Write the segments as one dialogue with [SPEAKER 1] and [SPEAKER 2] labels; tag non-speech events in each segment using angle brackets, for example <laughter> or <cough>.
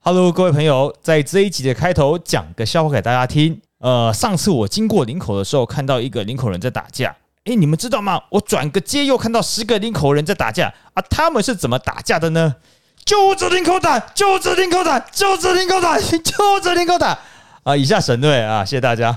[SPEAKER 1] Hello，各位朋友，在这一集的开头讲个笑话给大家听。呃，上次我经过林口的时候，看到一个林口人在打架。哎，你们知道吗？我转个街又看到十个林口人在打架啊，他们是怎么打架的呢？就着林口打，就着林口打，就着林口打， <laughs> 就着林口打啊！以下省略啊，谢谢大家。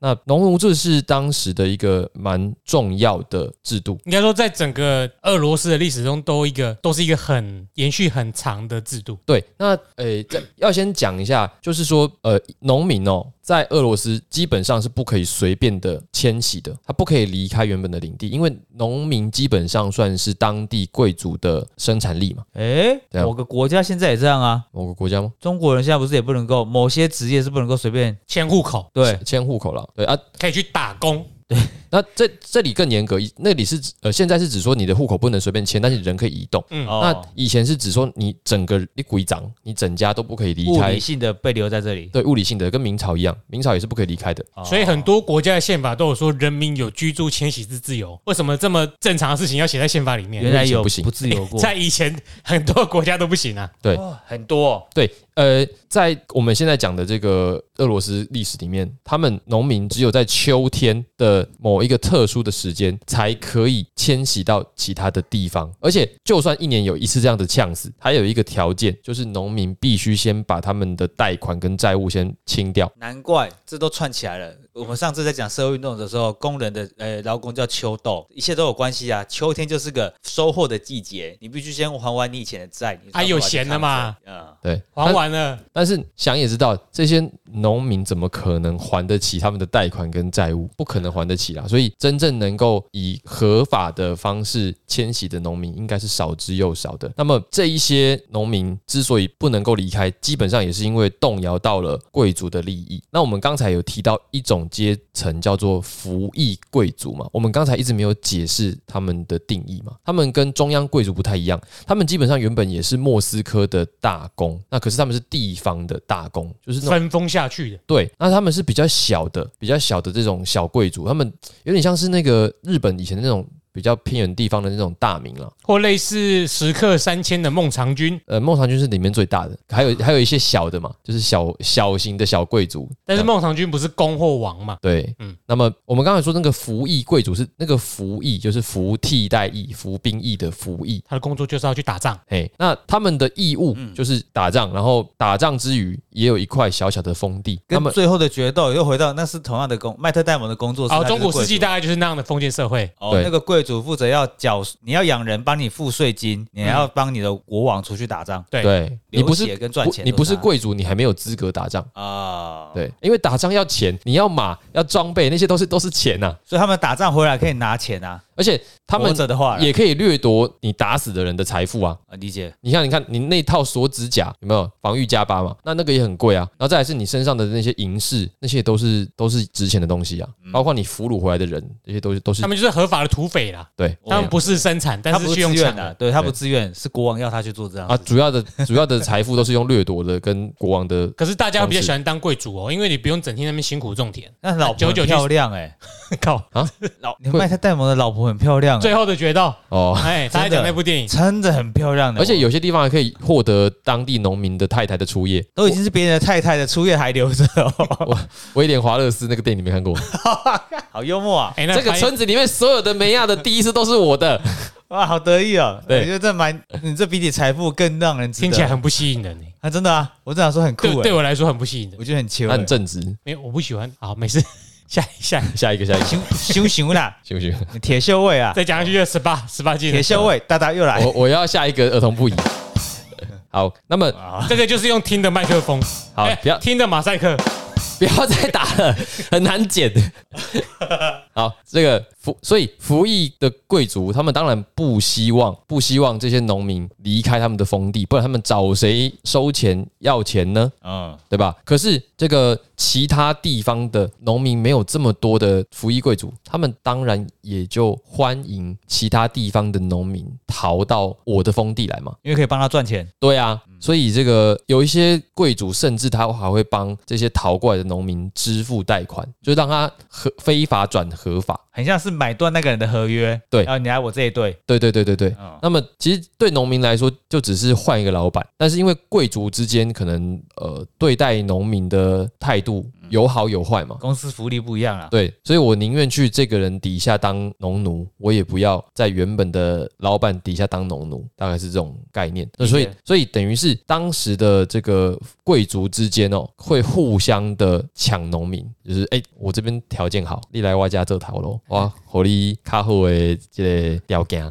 [SPEAKER 2] 那农奴制是当时的一个蛮重要的制度，
[SPEAKER 3] 应该说在整个俄罗斯的历史中，都一个都是一个很延续很长的制度。
[SPEAKER 2] 对，那呃，这要先讲一下，就是说，呃，农民哦，在俄罗斯基本上是不可以随便的迁徙的，他不可以离开原本的领地，因为农民基本上算是当地贵族的生产力嘛。
[SPEAKER 1] 哎，
[SPEAKER 2] 这
[SPEAKER 3] 啊
[SPEAKER 2] 样
[SPEAKER 1] 某个国家现在也这样啊。
[SPEAKER 2] 某个国家吗？
[SPEAKER 1] 中国人现在不是也不能够，某些职业是不能够随便
[SPEAKER 3] 迁户口
[SPEAKER 1] 对
[SPEAKER 2] 迁户口了。对啊，
[SPEAKER 3] 可以去打工，
[SPEAKER 2] 那这这里更严格，一那里是指呃，现在是指说你的户口不能随便迁，但是人可以移动。
[SPEAKER 3] 嗯，
[SPEAKER 2] 那
[SPEAKER 1] 哦，
[SPEAKER 2] 以前是指说你整个你鬼长，你整家都不可以离
[SPEAKER 1] 物
[SPEAKER 2] 开
[SPEAKER 1] 理。性的被留在这里，
[SPEAKER 2] 对，物理性的跟明朝一样，明朝也是不可以离开的。
[SPEAKER 1] 哦
[SPEAKER 3] 所以很多国家的宪法都有说人民有居住、迁徙之自由。为什么这么正常的事情要写在宪法里面？
[SPEAKER 1] 原来有
[SPEAKER 2] 不行
[SPEAKER 1] 不自由过，
[SPEAKER 3] <laughs> 在以前很多国家都不行啊。
[SPEAKER 2] 对
[SPEAKER 1] 哦很多哦
[SPEAKER 2] 对，呃，在我们现在讲的这个俄罗斯历史里面，他们农民只有在秋天的某一个特殊的时间才可以迁徙到其他的地方，而且就算一年有一次这样的呛死，还有一个条件，就是农民必须先把他们的贷款跟债务先清掉。
[SPEAKER 1] 难怪这都串起来了。我们上次在讲社会运动的时候，工人的呃劳工叫秋斗，一切都有关系啊。秋天就是个收获的季节，你必须先还完你以前的债。你才
[SPEAKER 3] 啊有
[SPEAKER 1] 办法去
[SPEAKER 3] 闲的
[SPEAKER 1] 抗
[SPEAKER 3] 嘛
[SPEAKER 1] 争？嗯，
[SPEAKER 2] 对，
[SPEAKER 3] 还完了，
[SPEAKER 2] 但是想也知道，这些农民怎么可能还得起他们的贷款跟债务？不可能还得起啦。所以，真正能够以合法的方式迁徙的农民，应该是少之又少的。那么，这一些农民之所以不能够离开，基本上也是因为动摇到了贵族的利益。那我们刚才有提到一种阶层叫做服役贵族嘛，我们刚才一直没有解释他们的定义嘛。他们跟中央贵族不太一样，他们基本上原本也是莫斯科的大公，那可是他们是地方的大公，就是那种
[SPEAKER 3] 分封下去的。
[SPEAKER 2] 对，那他们是比较小的、比较小的这种小贵族，他们有点像是那个日本以前那种比较偏远地方的那种大名了。
[SPEAKER 3] 或类似时刻三千的孟尝君，
[SPEAKER 2] 呃，孟尝君是里面最大的，还有还有一些小的嘛，就是小小型的小贵族。
[SPEAKER 1] 嗯
[SPEAKER 3] 但是
[SPEAKER 2] 这样
[SPEAKER 3] 孟尝君不是公或王嘛？
[SPEAKER 2] 对，嗯
[SPEAKER 3] 嗯，
[SPEAKER 2] 那么我们刚才说那个服役贵族是那个服役，就是服替代役、服兵役的服役。
[SPEAKER 3] 他的工作就是要去打仗，
[SPEAKER 2] 哎，那他们的义务就是打仗，然后打仗之余也有一块小小的封地，他
[SPEAKER 1] 跟
[SPEAKER 2] 们
[SPEAKER 1] 最后的决斗又回到那是同样的工，麦特戴蒙的工作室。
[SPEAKER 3] 哦，
[SPEAKER 1] 他就
[SPEAKER 3] 中
[SPEAKER 1] 是
[SPEAKER 3] 古世纪
[SPEAKER 1] 贵族
[SPEAKER 3] 大概就是那样的封建社会。
[SPEAKER 1] 哦
[SPEAKER 2] 对，
[SPEAKER 1] 那个贵族负责要缴，你要养人，帮你付税金，你还要帮你的国王出去打仗，
[SPEAKER 3] 对
[SPEAKER 2] 对你
[SPEAKER 1] 流
[SPEAKER 2] 不是
[SPEAKER 1] 血跟赚
[SPEAKER 2] 不
[SPEAKER 1] 钱
[SPEAKER 2] 你
[SPEAKER 1] 都
[SPEAKER 2] 不
[SPEAKER 1] 是
[SPEAKER 2] 是
[SPEAKER 1] 他
[SPEAKER 2] 贵族，你还没有资格打仗。
[SPEAKER 1] 啊。，
[SPEAKER 2] 对，因为打仗要钱，你要马，要装备，那些都是都是钱呐、
[SPEAKER 1] 所以他们打仗回来可以拿钱啊，
[SPEAKER 2] 而且他
[SPEAKER 1] 活
[SPEAKER 2] 们
[SPEAKER 1] 着的话啦
[SPEAKER 2] 也可以掠夺你打死的人的财富啊。
[SPEAKER 1] 啊理解。
[SPEAKER 2] 你看，你看，你那套锁指甲有没有防御加八嘛？那那个也很贵啊。然后再来是你身上的那些银饰，那些都是都是值钱的东西啊。
[SPEAKER 1] 嗯
[SPEAKER 2] 包括你俘虏回来的人，这些都是都是
[SPEAKER 3] 他们就是合法的土匪啦，
[SPEAKER 2] 对啊
[SPEAKER 3] 他们不是生产，但
[SPEAKER 1] 他
[SPEAKER 3] 是
[SPEAKER 1] 不
[SPEAKER 3] 去
[SPEAKER 1] 是自
[SPEAKER 3] 用抢
[SPEAKER 1] 愿
[SPEAKER 3] 的
[SPEAKER 1] 的，。对他不
[SPEAKER 2] 对
[SPEAKER 1] 自愿，是国王要他去做这样
[SPEAKER 2] 啊，
[SPEAKER 1] 啊。
[SPEAKER 2] 主要的主要的财富都是用掠夺的跟国王的。
[SPEAKER 3] 可是大家会比较喜欢当贵族哦，因为你不用整天在那边辛苦种田。
[SPEAKER 1] 那老婆
[SPEAKER 3] 九
[SPEAKER 1] 很
[SPEAKER 3] 九去
[SPEAKER 1] 漂亮哎、
[SPEAKER 3] 靠，
[SPEAKER 1] 老你麦特戴蒙的老婆很漂亮、
[SPEAKER 3] 最
[SPEAKER 1] 欸，
[SPEAKER 3] 后的决斗，
[SPEAKER 1] <laughs>
[SPEAKER 2] 哦，
[SPEAKER 3] 哎，他在讲那部电影，
[SPEAKER 1] 真的很漂亮的，哦
[SPEAKER 2] 而且有些地方还可以获得当地农民的太太的初夜。
[SPEAKER 1] 都已经是别人的太太的初夜还留着、哦，
[SPEAKER 2] 威廉华勒斯那个电影你没看 <laughs> 过？
[SPEAKER 1] 好幽默啊！
[SPEAKER 3] 哎，那
[SPEAKER 2] 这个
[SPEAKER 3] 翻译
[SPEAKER 2] 村子里面所有的梅亚的第一次都是我 <laughs> 的。
[SPEAKER 1] 哇，好得意哦！
[SPEAKER 2] 对
[SPEAKER 1] 我觉得这蛮，你这比你财富更让人值得
[SPEAKER 3] 听起来很不吸引人呢。
[SPEAKER 1] 啊，真的啊，我只想说很酷
[SPEAKER 3] 对，
[SPEAKER 1] 哎、
[SPEAKER 3] 对我来说很不吸引人。
[SPEAKER 1] 我觉得很球、
[SPEAKER 2] 他很
[SPEAKER 1] 欸，
[SPEAKER 2] 正直。
[SPEAKER 3] 没有，我不喜欢。好，没事， <laughs> 下一下一，
[SPEAKER 2] 下一个，下一个，
[SPEAKER 1] 熊熊熊啦，
[SPEAKER 2] 行不行？
[SPEAKER 1] 铁锈味啊，
[SPEAKER 3] 再讲下去就十八十八禁了
[SPEAKER 1] 铁。锈味，大大又来，
[SPEAKER 2] 我我要下一个儿童不 <laughs> 宜。好，那么
[SPEAKER 3] 这个就是用听的麦克风，
[SPEAKER 2] 好
[SPEAKER 3] 哎，
[SPEAKER 2] 不要
[SPEAKER 3] 听的马赛克。
[SPEAKER 2] <laughs> 不要再打了，很难剪。好，这个服，所以服役的贵族，他们当然不希望，不希望这些农民离开他们的封地，不然他们找谁收钱要钱呢？
[SPEAKER 1] 嗯，
[SPEAKER 2] 对吧？可是这个其他地方的农民没有这么多的服役贵族，他们当然也就欢迎其他地方的农民逃到我的封地来嘛。
[SPEAKER 1] 因为可以帮他赚钱。
[SPEAKER 2] 对啊，所以这个有一些贵族，甚至他还会帮这些逃过来的农民支付贷款，就让他合非法转合法。
[SPEAKER 1] 很像是买断那个人的合约，
[SPEAKER 2] 对
[SPEAKER 1] 然后你来我这一队，
[SPEAKER 2] 对对对对对。
[SPEAKER 1] 嗯，
[SPEAKER 2] 那么其实对农民来说，就只是换一个老板，但是因为贵族之间可能呃对待农民的态度有好有坏嘛，
[SPEAKER 1] 公司福利不一样啦。啊
[SPEAKER 2] 对，所以我宁愿去这个人底下当农奴，我也不要在原本的老板底下当农奴，大概是这种概念。那所以
[SPEAKER 1] 理解，
[SPEAKER 2] 所以等于是当时的这个贵族之间哦，会互相的抢农民，就是哎、我这边条件好，你来我家这头咯，哇，火力卡好的这个条件，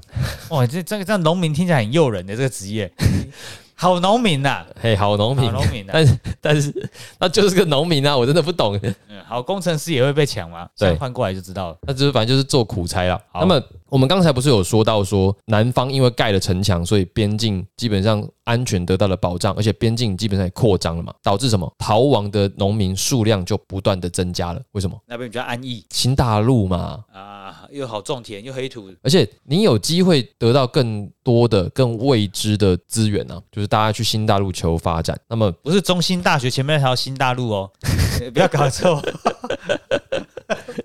[SPEAKER 1] 哇，这这个这样农民听起来很诱人的这个职业， <laughs> 好农民呐，
[SPEAKER 2] 嘿，好农民
[SPEAKER 1] 好，农民呐，啊
[SPEAKER 2] <laughs> 但但是那就是个农民啊，我真的不懂。
[SPEAKER 1] 嗯好工程师也会被抢吗？
[SPEAKER 2] 对
[SPEAKER 1] 现在换过来就知道了。
[SPEAKER 2] 那就是反正就是做苦差啦。
[SPEAKER 1] 好
[SPEAKER 2] 那么我们刚才不是有说到说，南方因为盖了城墙，所以边境基本上安全得到了保障，而且边境基本上也扩张了嘛，导致什么逃亡的农民数量就不断的增加了。为什么？
[SPEAKER 1] 那边比较安逸
[SPEAKER 2] 新大陆嘛，
[SPEAKER 1] 啊，又好种田又黑土，
[SPEAKER 2] 而且你有机会得到更多的、更未知的资源啊，就是大家去新大陆求发展。那么
[SPEAKER 1] 不是中心大学前面那条新大陆哦， <laughs> 不要搞错，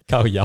[SPEAKER 2] 高瑶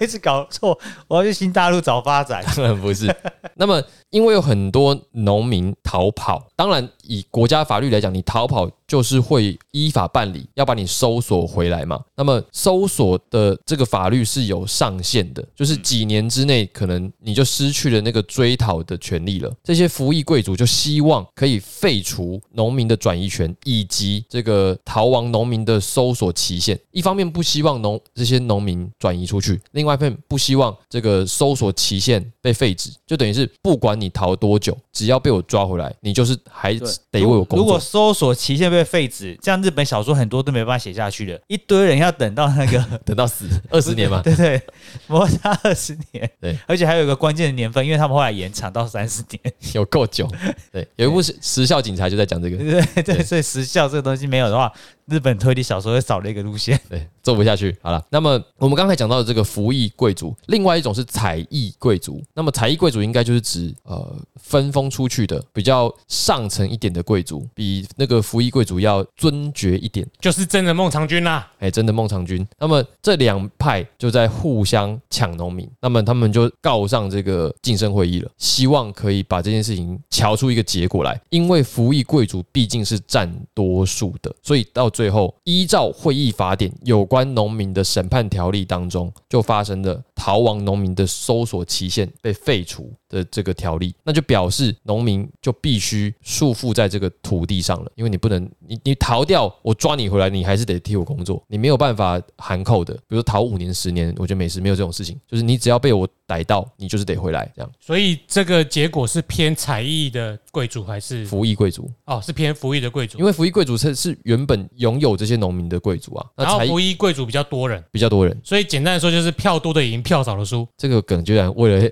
[SPEAKER 1] 一直搞错，我要去新大陆找发展。
[SPEAKER 2] 当然不是。那么，因为有很多农民逃跑，当然以国家法律来讲，你逃跑就是会依法办理，要把你搜索回来嘛。那么搜索的这个法律是有上限的，就是几年之内，可能你就失去了那个追讨的权利了。这些服役贵族就希望可以废除农民的转移权，以及这个逃亡农民的搜索期限。一方面不希望农这些农民转移出去，另外一方面不希望这个搜索期限被废止，就等于是不管你逃多久，只要被我抓回来，你就是还
[SPEAKER 1] 对
[SPEAKER 2] 得为我工
[SPEAKER 1] 如果
[SPEAKER 2] 作。
[SPEAKER 1] 搜索期限被废止，这样日本小说很多都没办法写下去了，一堆人要等到那个
[SPEAKER 2] 等到死二十年嘛，
[SPEAKER 1] <laughs> 对对，摩擦二十年，
[SPEAKER 2] 对，
[SPEAKER 1] 而且还有一个关键的年份，因为他们后来延长到三十年，
[SPEAKER 2] 有够久。对，有一部时时效警察就在讲这个，
[SPEAKER 1] 对对对，
[SPEAKER 2] 对
[SPEAKER 1] 所以时效这个东西没有的话，日本推理小说会少了一个路线。
[SPEAKER 2] 对，做不下去。好了，那么我们刚才讲到的这个服役贵族，另外一种是采役贵族。那么采役贵族应该就是指呃分封出去的比较上层一点的贵族，比那个服役贵族要尊爵一点。
[SPEAKER 3] 就是真的孟尝君啊啦、
[SPEAKER 2] 哎，真的孟尝君。那么这两派就在互相抢农民，那么他们就告上这个晋升会议了，希望可以把这件事情瞧出一个结果来。因为服役贵族毕竟是占多数的，所以到最后，依照会议法典有关农民的审判条例当中，就发生了逃亡农民的搜索期限被废除的这个条例，那就表示农民就必须束缚在这个土地上了，因为你不能，你你逃掉，我抓你回来，你还是得替我工作，你没有办法含扣的。比如说逃五年、十年，我觉得没事，没有这种事情，就是你只要被我逮到，你就是得回来，这样
[SPEAKER 3] 所以这个结果是偏才艺的贵族还是
[SPEAKER 2] 服役贵族，
[SPEAKER 3] 哦是偏服役的贵族？
[SPEAKER 2] 因为服役贵族是是原本拥有这些农民的贵族啊，那
[SPEAKER 3] 然后
[SPEAKER 2] 才
[SPEAKER 3] 服役贵族比较多人，
[SPEAKER 2] 比较多人。
[SPEAKER 3] 所以简单的说就是票多的赢，票少的输。
[SPEAKER 2] 这个梗居 <laughs> 然为了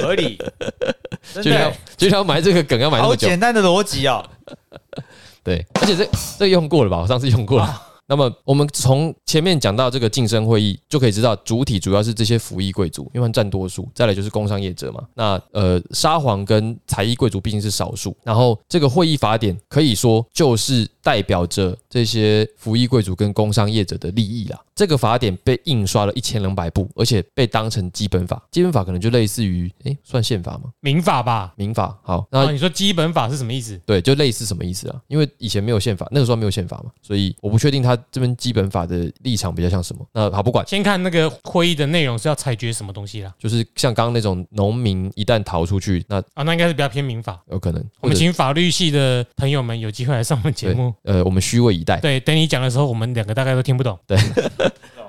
[SPEAKER 1] 合 <laughs> 理，真
[SPEAKER 2] 居然
[SPEAKER 1] 的
[SPEAKER 2] 居然要埋这个梗要埋那
[SPEAKER 1] 好
[SPEAKER 2] 么久，
[SPEAKER 1] 简单的逻辑哦。
[SPEAKER 2] 对，而且这这用过了吧？我上次用过了。那么我们从前面讲到这个晋升会议，就可以知道主体主要是这些服役贵族，因为他们占多数。再来就是工商业者嘛。那呃，沙皇跟才艺贵族毕竟是少数。然后这个会议法典可以说就是代表着这些服役贵族跟工商业者的利益啦。这个法典被印刷了一千两百部，而且被当成基本法。基本法可能就类似于，诶，算宪法吗？
[SPEAKER 3] 民法吧？
[SPEAKER 2] 民法。好，那
[SPEAKER 3] 哦，你说基本法是什么意思？
[SPEAKER 2] 对，就类似什么意思啊？因为以前没有宪法，那个时候没有宪法嘛，所以我不确定他这边基本法的立场比较像什么。那好，不管，
[SPEAKER 3] 先看那个会议的内容是要裁决什么东西啦？
[SPEAKER 2] 就是像刚刚那种农民一旦逃出去，那
[SPEAKER 3] 啊，那应该是比较偏民法。
[SPEAKER 2] 有可能
[SPEAKER 3] 我
[SPEAKER 2] 或
[SPEAKER 3] 们
[SPEAKER 2] 者
[SPEAKER 3] 请法律系的朋友们有机会来上我们节目。
[SPEAKER 2] 呃，我们虚位以待。
[SPEAKER 3] 对，等你讲的时候，我们两个大概都听不懂。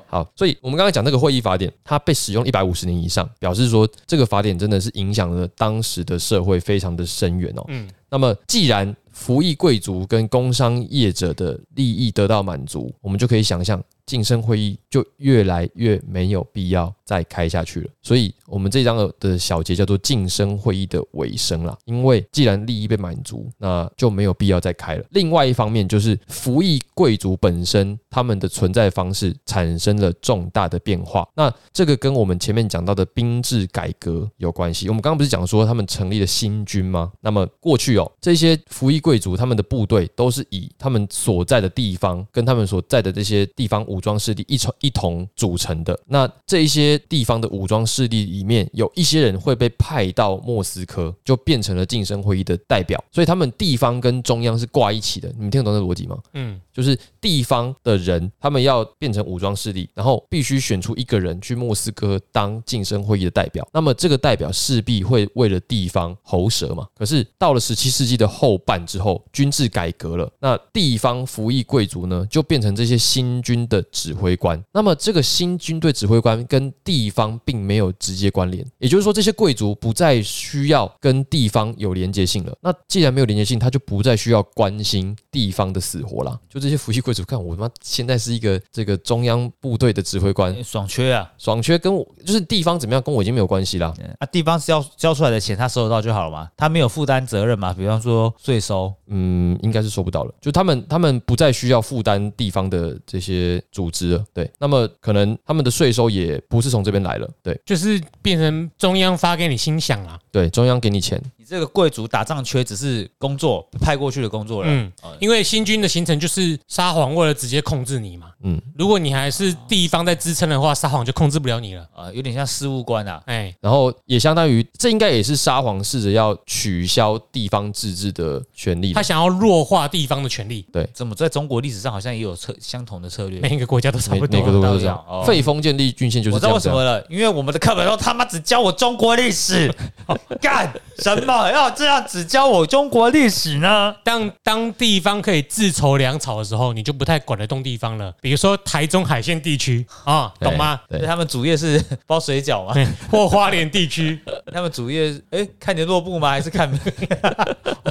[SPEAKER 2] 好，所以我们刚才讲那个会议法典，它被使用一百五十年以上，表示说这个法典真的是影响了当时的社会非常的深远哦。
[SPEAKER 3] 嗯，
[SPEAKER 2] 那么，既然服役贵族跟工商业者的利益得到满足，我们就可以想象晋升会议就越来越没有必要再开下去了。所以，我们这章的小节叫做晋升会议的尾声啦。因为既然利益被满足，那就没有必要再开了。另外一方面，就是服役贵族本身他们的存在方式产生了重大的变化。那这个跟我们前面讲到的兵制改革有关系。我们刚刚不是讲说他们成立了新军吗？那么过去哦，这些服役贵族他们的部队都是以他们所在的地方跟他们所在的这些地方武装势力一同一同组成的。那这一些地方的武装势力里面，有一些人会被派到莫斯科，就变成了晋升会议的代表。所以他们地方跟中央是挂一起的。你们听得懂这个逻辑吗？
[SPEAKER 3] 嗯，
[SPEAKER 2] 就是地方的人，他们要变成武装势力，然后必须选出一个人去莫斯科当晋升会议的代表。那么这个代表势必会为了地方喉舌嘛。可是到了十七世纪的后半之后，军制改革了，那地方服役贵族呢，就变成这些新军的指挥官。那么这个新军队指挥官跟地方并没有直接关联，也就是说，这些贵族不再需要跟地方有连接性了。那既然没有连接性，他就不再需要关心地方的死活啦。就这些服役贵族，看我他妈现在是一个这个中央部队的指挥官，
[SPEAKER 1] 爽缺啊！
[SPEAKER 2] 爽缺跟我就是地方怎么样，跟我已经没有关系啦。
[SPEAKER 1] 啊，地方是要交出来的钱，他收得到就好了嘛，他没有负担责任嘛，比方说税收，
[SPEAKER 2] 嗯，应该是收不到了。就他们，他们不再需要负担地方的这些组织了。对，那么可能他们的税收也不是从这边来了。对，
[SPEAKER 3] 就是变成中央发给你心想啊啦。
[SPEAKER 2] 对，中央给你钱，
[SPEAKER 1] 你这个贵族打仗缺只是工作派过去的工作人，
[SPEAKER 3] 嗯，
[SPEAKER 2] 哦
[SPEAKER 3] 因为新军的形成就是沙皇为了直接控制你嘛。
[SPEAKER 2] 嗯，
[SPEAKER 3] 如果你还是地方在支撑的话，沙皇就控制不了你了。
[SPEAKER 1] 啊、有点像事务官啊，
[SPEAKER 3] 哎，
[SPEAKER 2] 然后也相当于这应该也是沙皇试着要取消地方自治的权利了
[SPEAKER 3] 他。想要弱化地方的权利，
[SPEAKER 1] 怎么在中国历史上好像也有策相同的策 <laughs> 略？
[SPEAKER 3] 每一个国家都差
[SPEAKER 2] 每
[SPEAKER 3] 不
[SPEAKER 2] 每
[SPEAKER 3] 多啊
[SPEAKER 2] 个。都
[SPEAKER 1] 都
[SPEAKER 2] 是
[SPEAKER 1] 一
[SPEAKER 2] 这
[SPEAKER 1] 样哦
[SPEAKER 2] 样，废封建立郡县就
[SPEAKER 1] 我
[SPEAKER 2] 是
[SPEAKER 1] 知道
[SPEAKER 2] 这样
[SPEAKER 1] 为
[SPEAKER 2] 子
[SPEAKER 1] 什
[SPEAKER 2] 啊。
[SPEAKER 1] 么了，因为我们的课本都他妈只教我中国历史， <laughs> 干什么要这样只教我中国历史呢？
[SPEAKER 3] 当当地方可以自筹粮草的时候，你就不太管得动地方了。比如说台中海鲜地区啊，
[SPEAKER 2] 对
[SPEAKER 3] 懂吗？
[SPEAKER 1] 所以
[SPEAKER 2] 对，
[SPEAKER 1] 他们主业是 <laughs> 包水饺嘛，
[SPEAKER 3] 或花莲地
[SPEAKER 2] <laughs>
[SPEAKER 3] 区，
[SPEAKER 1] <laughs> 他们主业哎、看联络部吗？还是看 <laughs>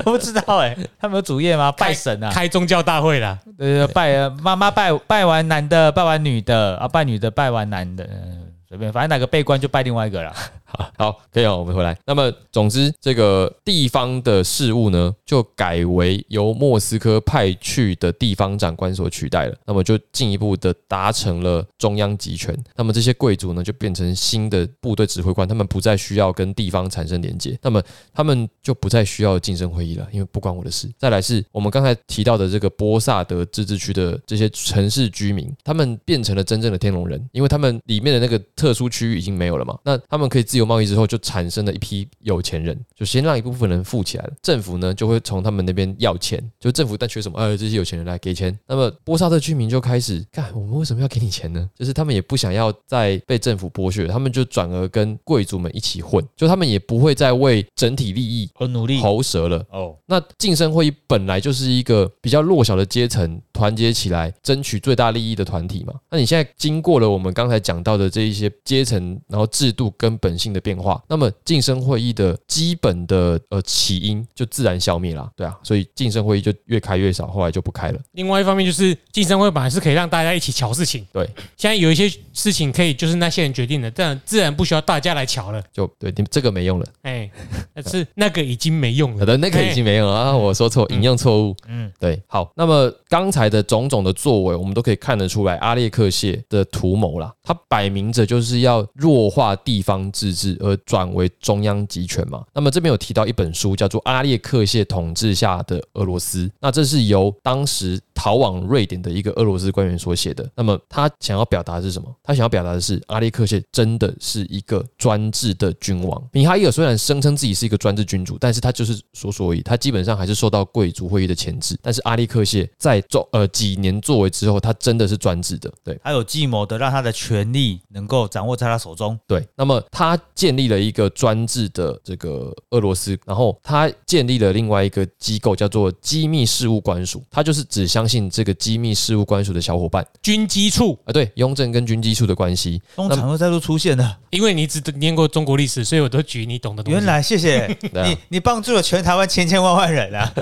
[SPEAKER 1] 我不知道哎、他们有主业吗？拜神啊，
[SPEAKER 3] 开宗教大会啦。
[SPEAKER 1] 对对，拜呃妈妈拜拜完男的，拜完女的啊，拜女的拜完男的，嗯随便，反正哪个被关就拜另外一个啦。
[SPEAKER 2] 好，好，可以哦，我们回来。那么，总之，这个地方的事务呢，就改为由莫斯科派去的地方长官所取代了。那么，就进一步的达成了中央集权。那么，这些贵族呢，就变成新的部队指挥官，他们不再需要跟地方产生连接。那么，他们就不再需要晋升会议了，因为不关我的事。再来是我们刚才提到的这个波萨德自治区的这些城市居民，他们变成了真正的天龙人，因为他们里面的那个特殊区域已经没有了嘛。那他们可以自由贸易之后，就产生了一批有钱人，就先让一部分人富起来了，政府呢就会从他们那边要钱，就政府但缺什么，呃，这些有钱人来给钱。那么波萨特居民就开始干，我们为什么要给你钱呢？就是他们也不想要再被政府剥削，他们就转而跟贵族们一起混，就他们也不会再为整体利益
[SPEAKER 1] 我努力
[SPEAKER 2] 喉舌了。
[SPEAKER 1] 哦，
[SPEAKER 2] 那晋升会议本来就是一个比较弱小的阶层团结起来争取最大利益的团体嘛。那你现在经过了我们刚才讲到的这一些阶层，然后制度根本性的变化，那么晋升会议的基本的呃起因就自然消灭啦，对啊，所以晋升会议就越开越少，后来就不开了。
[SPEAKER 3] 另外一方面就是晋升会本来是可以让大家一起瞧事情，
[SPEAKER 2] 对，
[SPEAKER 3] 现在有一些事情可以就是那些人决定的，但自然不需要大家来瞧了。
[SPEAKER 2] 就对，你这个没用了，
[SPEAKER 3] 哎，但是那个已经没用
[SPEAKER 2] 好 <laughs>
[SPEAKER 3] 了。
[SPEAKER 2] 的，那个已经没用了啊，我说错，引用错误。
[SPEAKER 1] 嗯，
[SPEAKER 2] 对，好，那么刚才的种种的作为，我们都可以看得出来，阿列克谢的图谋啦，他摆明着就是要弱化地方自治，而转为中央集权嘛。那么这边有提到一本书，叫做《阿列克谢统治下的俄罗斯》，那这是由当时逃往瑞典的一个俄罗斯官员所写的。那么他想要表达的是什么？他想要表达的是，阿列克谢真的是一个专制的君王。米哈伊尔虽然声称自己是一个专制君主，但是他就是说说而已，他基本上还是受到贵族会议的牵制。但是阿列克谢在做呃几年作为之后，他真的是专制的，对。
[SPEAKER 1] 他有计谋的让他的权力能够掌握在他手中。
[SPEAKER 2] 对，那么他建立了一个专制的这个俄罗斯，然后他建立了另外一个机构叫做机密事务官署，他就是只相信这个机密事务官署的小伙伴
[SPEAKER 3] 军机处，
[SPEAKER 2] 啊，对，雍正跟军机处的关系，
[SPEAKER 1] 东厂又再度出现了。
[SPEAKER 3] 因为你只念过中国历史，所以我都举你懂的东西。
[SPEAKER 1] 原来，谢谢
[SPEAKER 2] 对啊
[SPEAKER 1] 你，你帮助了全台湾千千万万人啊！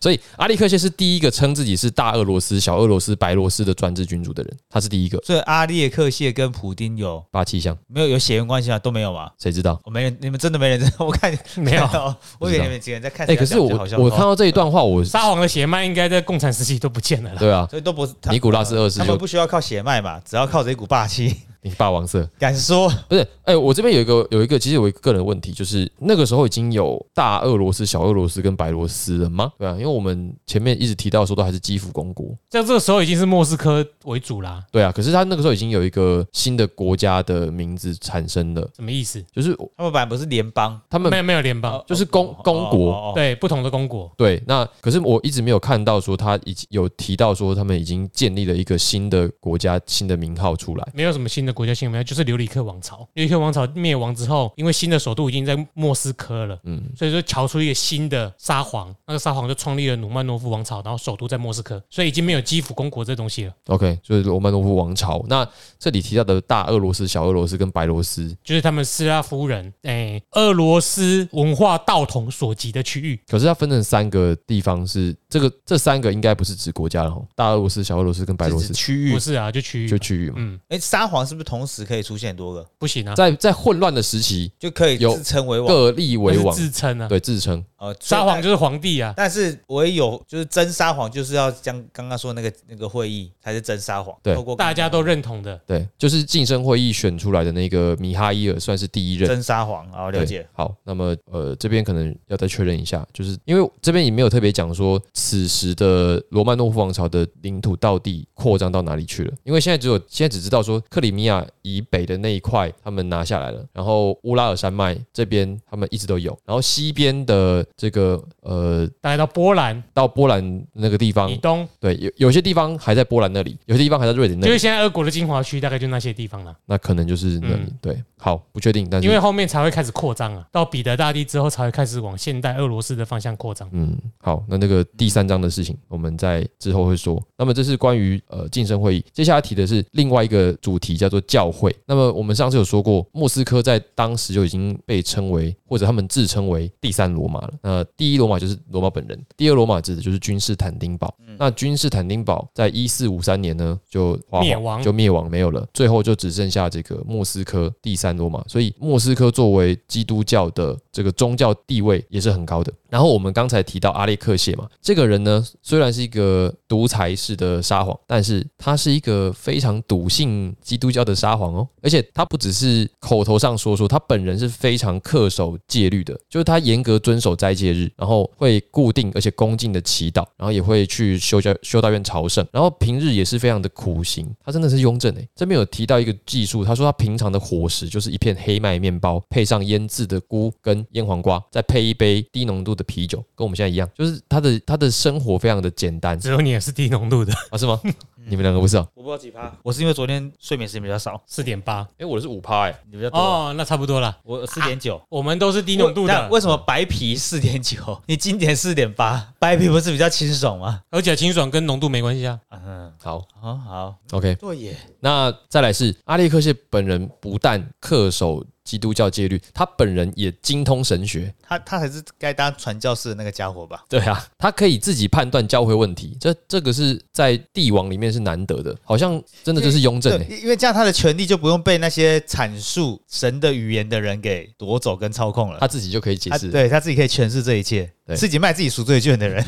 [SPEAKER 2] 所以阿历克谢是第一个称自己是大俄罗斯、小俄罗斯、白罗斯的专制君主的人，他是第一个。
[SPEAKER 1] 所以阿列克谢跟普丁有
[SPEAKER 2] 八气象，
[SPEAKER 1] 没有有血缘关系啊？都没有吗？
[SPEAKER 2] 谁知道？
[SPEAKER 1] 我没人，你们真的没人，我看
[SPEAKER 2] <laughs>
[SPEAKER 3] 没有，
[SPEAKER 1] <laughs> 我以为你们几个人在看谁
[SPEAKER 2] 哎、
[SPEAKER 1] 要
[SPEAKER 2] 可
[SPEAKER 1] 讲
[SPEAKER 2] 是
[SPEAKER 1] 就
[SPEAKER 2] 我
[SPEAKER 1] 好笑哦话。
[SPEAKER 2] 我看到这一段话，
[SPEAKER 1] <laughs>
[SPEAKER 2] 我
[SPEAKER 3] 沙皇的血脉应该在共产时期都不见了啦。
[SPEAKER 2] 对啊，
[SPEAKER 1] 所以都不是他
[SPEAKER 2] 尼古拉斯二世
[SPEAKER 1] 他们
[SPEAKER 2] 就
[SPEAKER 1] 不需要靠血脉嘛，只要靠这股霸气。
[SPEAKER 2] 你霸王色，
[SPEAKER 1] 敢说 <laughs>
[SPEAKER 2] 不是？哎、我这边有一个有一个，其实有一个个人问题，就是那个时候已经有大俄罗斯、小俄罗斯跟白罗斯了吗？对啊，因为我们前面一直提到说都还是基辅公国，
[SPEAKER 3] 在这个时候已经是莫斯科为主啦，
[SPEAKER 2] 对啊，可是他那个时候已经有一个新的国家的名字产生了，
[SPEAKER 3] 什么意思？
[SPEAKER 2] 就是
[SPEAKER 1] 他们本来不是联邦，
[SPEAKER 2] 他们
[SPEAKER 3] 没有没有联邦，
[SPEAKER 1] 哦
[SPEAKER 2] 就是公公国，
[SPEAKER 1] 哦哦哦
[SPEAKER 3] 对不同的公国，
[SPEAKER 2] 对，那可是我一直没有看到说他已经有提到说他们已经建立了一个新的国家、新的名号出来。
[SPEAKER 3] 没有什么新的国家新闻，就是琉璃克王朝。琉璃克王朝灭亡之后，因为新的首都已经在莫斯科了，
[SPEAKER 2] 嗯，
[SPEAKER 3] 所以说瞧出一个新的沙皇，那个沙皇就创立了努曼诺夫王朝，然后首都在莫斯科，所以已经没有基辅公国这东西了，
[SPEAKER 2] OK，就是罗曼诺夫王朝。那这里提到的大俄罗斯、小俄罗斯跟白罗斯，
[SPEAKER 3] 就是他们斯拉夫人，哎，俄罗斯文化道统所及的区域。
[SPEAKER 2] 可是它分成三个地方是这个这三个应该不是指国家了吼，大俄罗斯、小俄罗斯跟白罗
[SPEAKER 1] 是
[SPEAKER 2] 斯
[SPEAKER 1] 指区
[SPEAKER 3] 不
[SPEAKER 1] 域。
[SPEAKER 3] 是啊，就区域
[SPEAKER 2] 就，区域嘛。
[SPEAKER 3] 嗯，
[SPEAKER 1] 哎，沙皇是不是同时可以出现多个，
[SPEAKER 3] 不行啊，
[SPEAKER 2] 在在混乱的时期，
[SPEAKER 1] 就可以
[SPEAKER 2] 有
[SPEAKER 1] 自称为王？
[SPEAKER 2] 各立
[SPEAKER 3] 那
[SPEAKER 2] 为
[SPEAKER 3] 是
[SPEAKER 2] 王，
[SPEAKER 3] 自称啊，
[SPEAKER 2] 对自称。
[SPEAKER 1] 呃，
[SPEAKER 3] 沙
[SPEAKER 1] 所以
[SPEAKER 3] 皇就是皇帝啊，
[SPEAKER 1] 但是唯有就是真沙皇，就是要将刚刚说那个那个会议才是真沙皇。
[SPEAKER 2] 对
[SPEAKER 1] 透过
[SPEAKER 3] 大家都认同的。
[SPEAKER 2] 对，就是晋升会议选出来的那个米哈伊尔算是第一任。
[SPEAKER 1] 真沙皇啊，了
[SPEAKER 2] 对
[SPEAKER 1] 解。。
[SPEAKER 2] 好，那么呃，这边可能要再确认一下，就是因为这边也没有特别讲说此时的罗曼诺夫王朝的领土到底扩张到哪里去了，因为现在只有现在只知道说克里米亚以北的那一块他们拿下来了，然后乌拉尔山脉这边他们一直都有，然后西边的这个呃
[SPEAKER 3] 大家到波兰
[SPEAKER 2] 到波兰那个地方
[SPEAKER 3] 以，东，
[SPEAKER 2] 对，有有些地方还在波兰那里，有些地方还在瑞典那
[SPEAKER 3] 就是
[SPEAKER 2] 里，
[SPEAKER 3] 现在俄国的精华区，大概就那些地方了。
[SPEAKER 2] 那可能就是那里。
[SPEAKER 3] 嗯
[SPEAKER 2] 对，好，不确定，但是
[SPEAKER 3] 因为后面才会开始扩张啊，到彼得大帝之后才会开始往现代俄罗斯的方向扩张。
[SPEAKER 2] 嗯，好，那那个第三章的事情，我们在之后会说。那么这是关于呃晋升会议，接下来提的是另外一个主题，叫做教会。那么我们上次有说过，莫斯科在当时就已经被称为，或者他们自称为第三罗马了。那第一罗马就是罗马本人，第二罗马指的就是君士坦丁堡。那君士坦丁堡在一四五三年呢就花
[SPEAKER 3] 灭亡
[SPEAKER 2] 就灭亡没有了，最后就只剩下这个莫斯科第三罗马，所以莫斯科作为基督教的这个宗教地位也是很高的。然后我们刚才提到阿列克谢嘛，这个人呢虽然是一个独裁式的沙皇，但是他是一个非常笃信基督教的沙皇哦，而且他不只是口头上说说，他本人是非常恪守戒律的，就是他严格遵守斋戒日，然后会固定而且恭敬的祈祷，然后也会去修教修道院朝圣，然后平日也是非常的苦行。他真的是雍正诶、这边有提到一个技术，他说他平常的伙食就是一片黑麦面包，配上腌制的菇跟腌黄瓜，再配一杯低浓度的啤酒，跟我们现在一样，就是他的他的生活非常的简单
[SPEAKER 3] 只有你也是低浓度的
[SPEAKER 2] 啊，是吗？你们两个不是啊？
[SPEAKER 1] 我不知道几趴，我是因为昨天睡眠时间比较少，
[SPEAKER 3] <laughs> 四点八
[SPEAKER 2] 哎、我的是五趴哎，
[SPEAKER 1] 你比较多。
[SPEAKER 3] 哦，那差不多了。
[SPEAKER 1] 我四点九，
[SPEAKER 3] 我们都是低浓度
[SPEAKER 1] 那
[SPEAKER 3] 的，
[SPEAKER 1] 为什么白皮四点九，你经典四点八？ <laughs> 白皮不是比较清爽吗？
[SPEAKER 3] 而且清爽跟浓度没关系啊。
[SPEAKER 1] 嗯，
[SPEAKER 2] 好
[SPEAKER 1] 哦，好，
[SPEAKER 2] ，OK，
[SPEAKER 1] 对耶，
[SPEAKER 2] 那再来是阿列克谢本人不但恪守基督教戒律，他本人也精通神学。
[SPEAKER 1] 他他才是该当传教士的那个家伙吧？
[SPEAKER 2] 对啊，他可以自己判断教会问题，这这个是在帝王里面是难得的，好像真的就是雍正哎、
[SPEAKER 1] 对，因因为这样他的权利就不用被那些阐述神的语言的人给夺走跟操控了。
[SPEAKER 2] 他自己就可以解
[SPEAKER 1] 他
[SPEAKER 2] 释。
[SPEAKER 1] 哎对他自己可以诠释这一切
[SPEAKER 2] 对，
[SPEAKER 1] 自己卖自己赎罪券的人，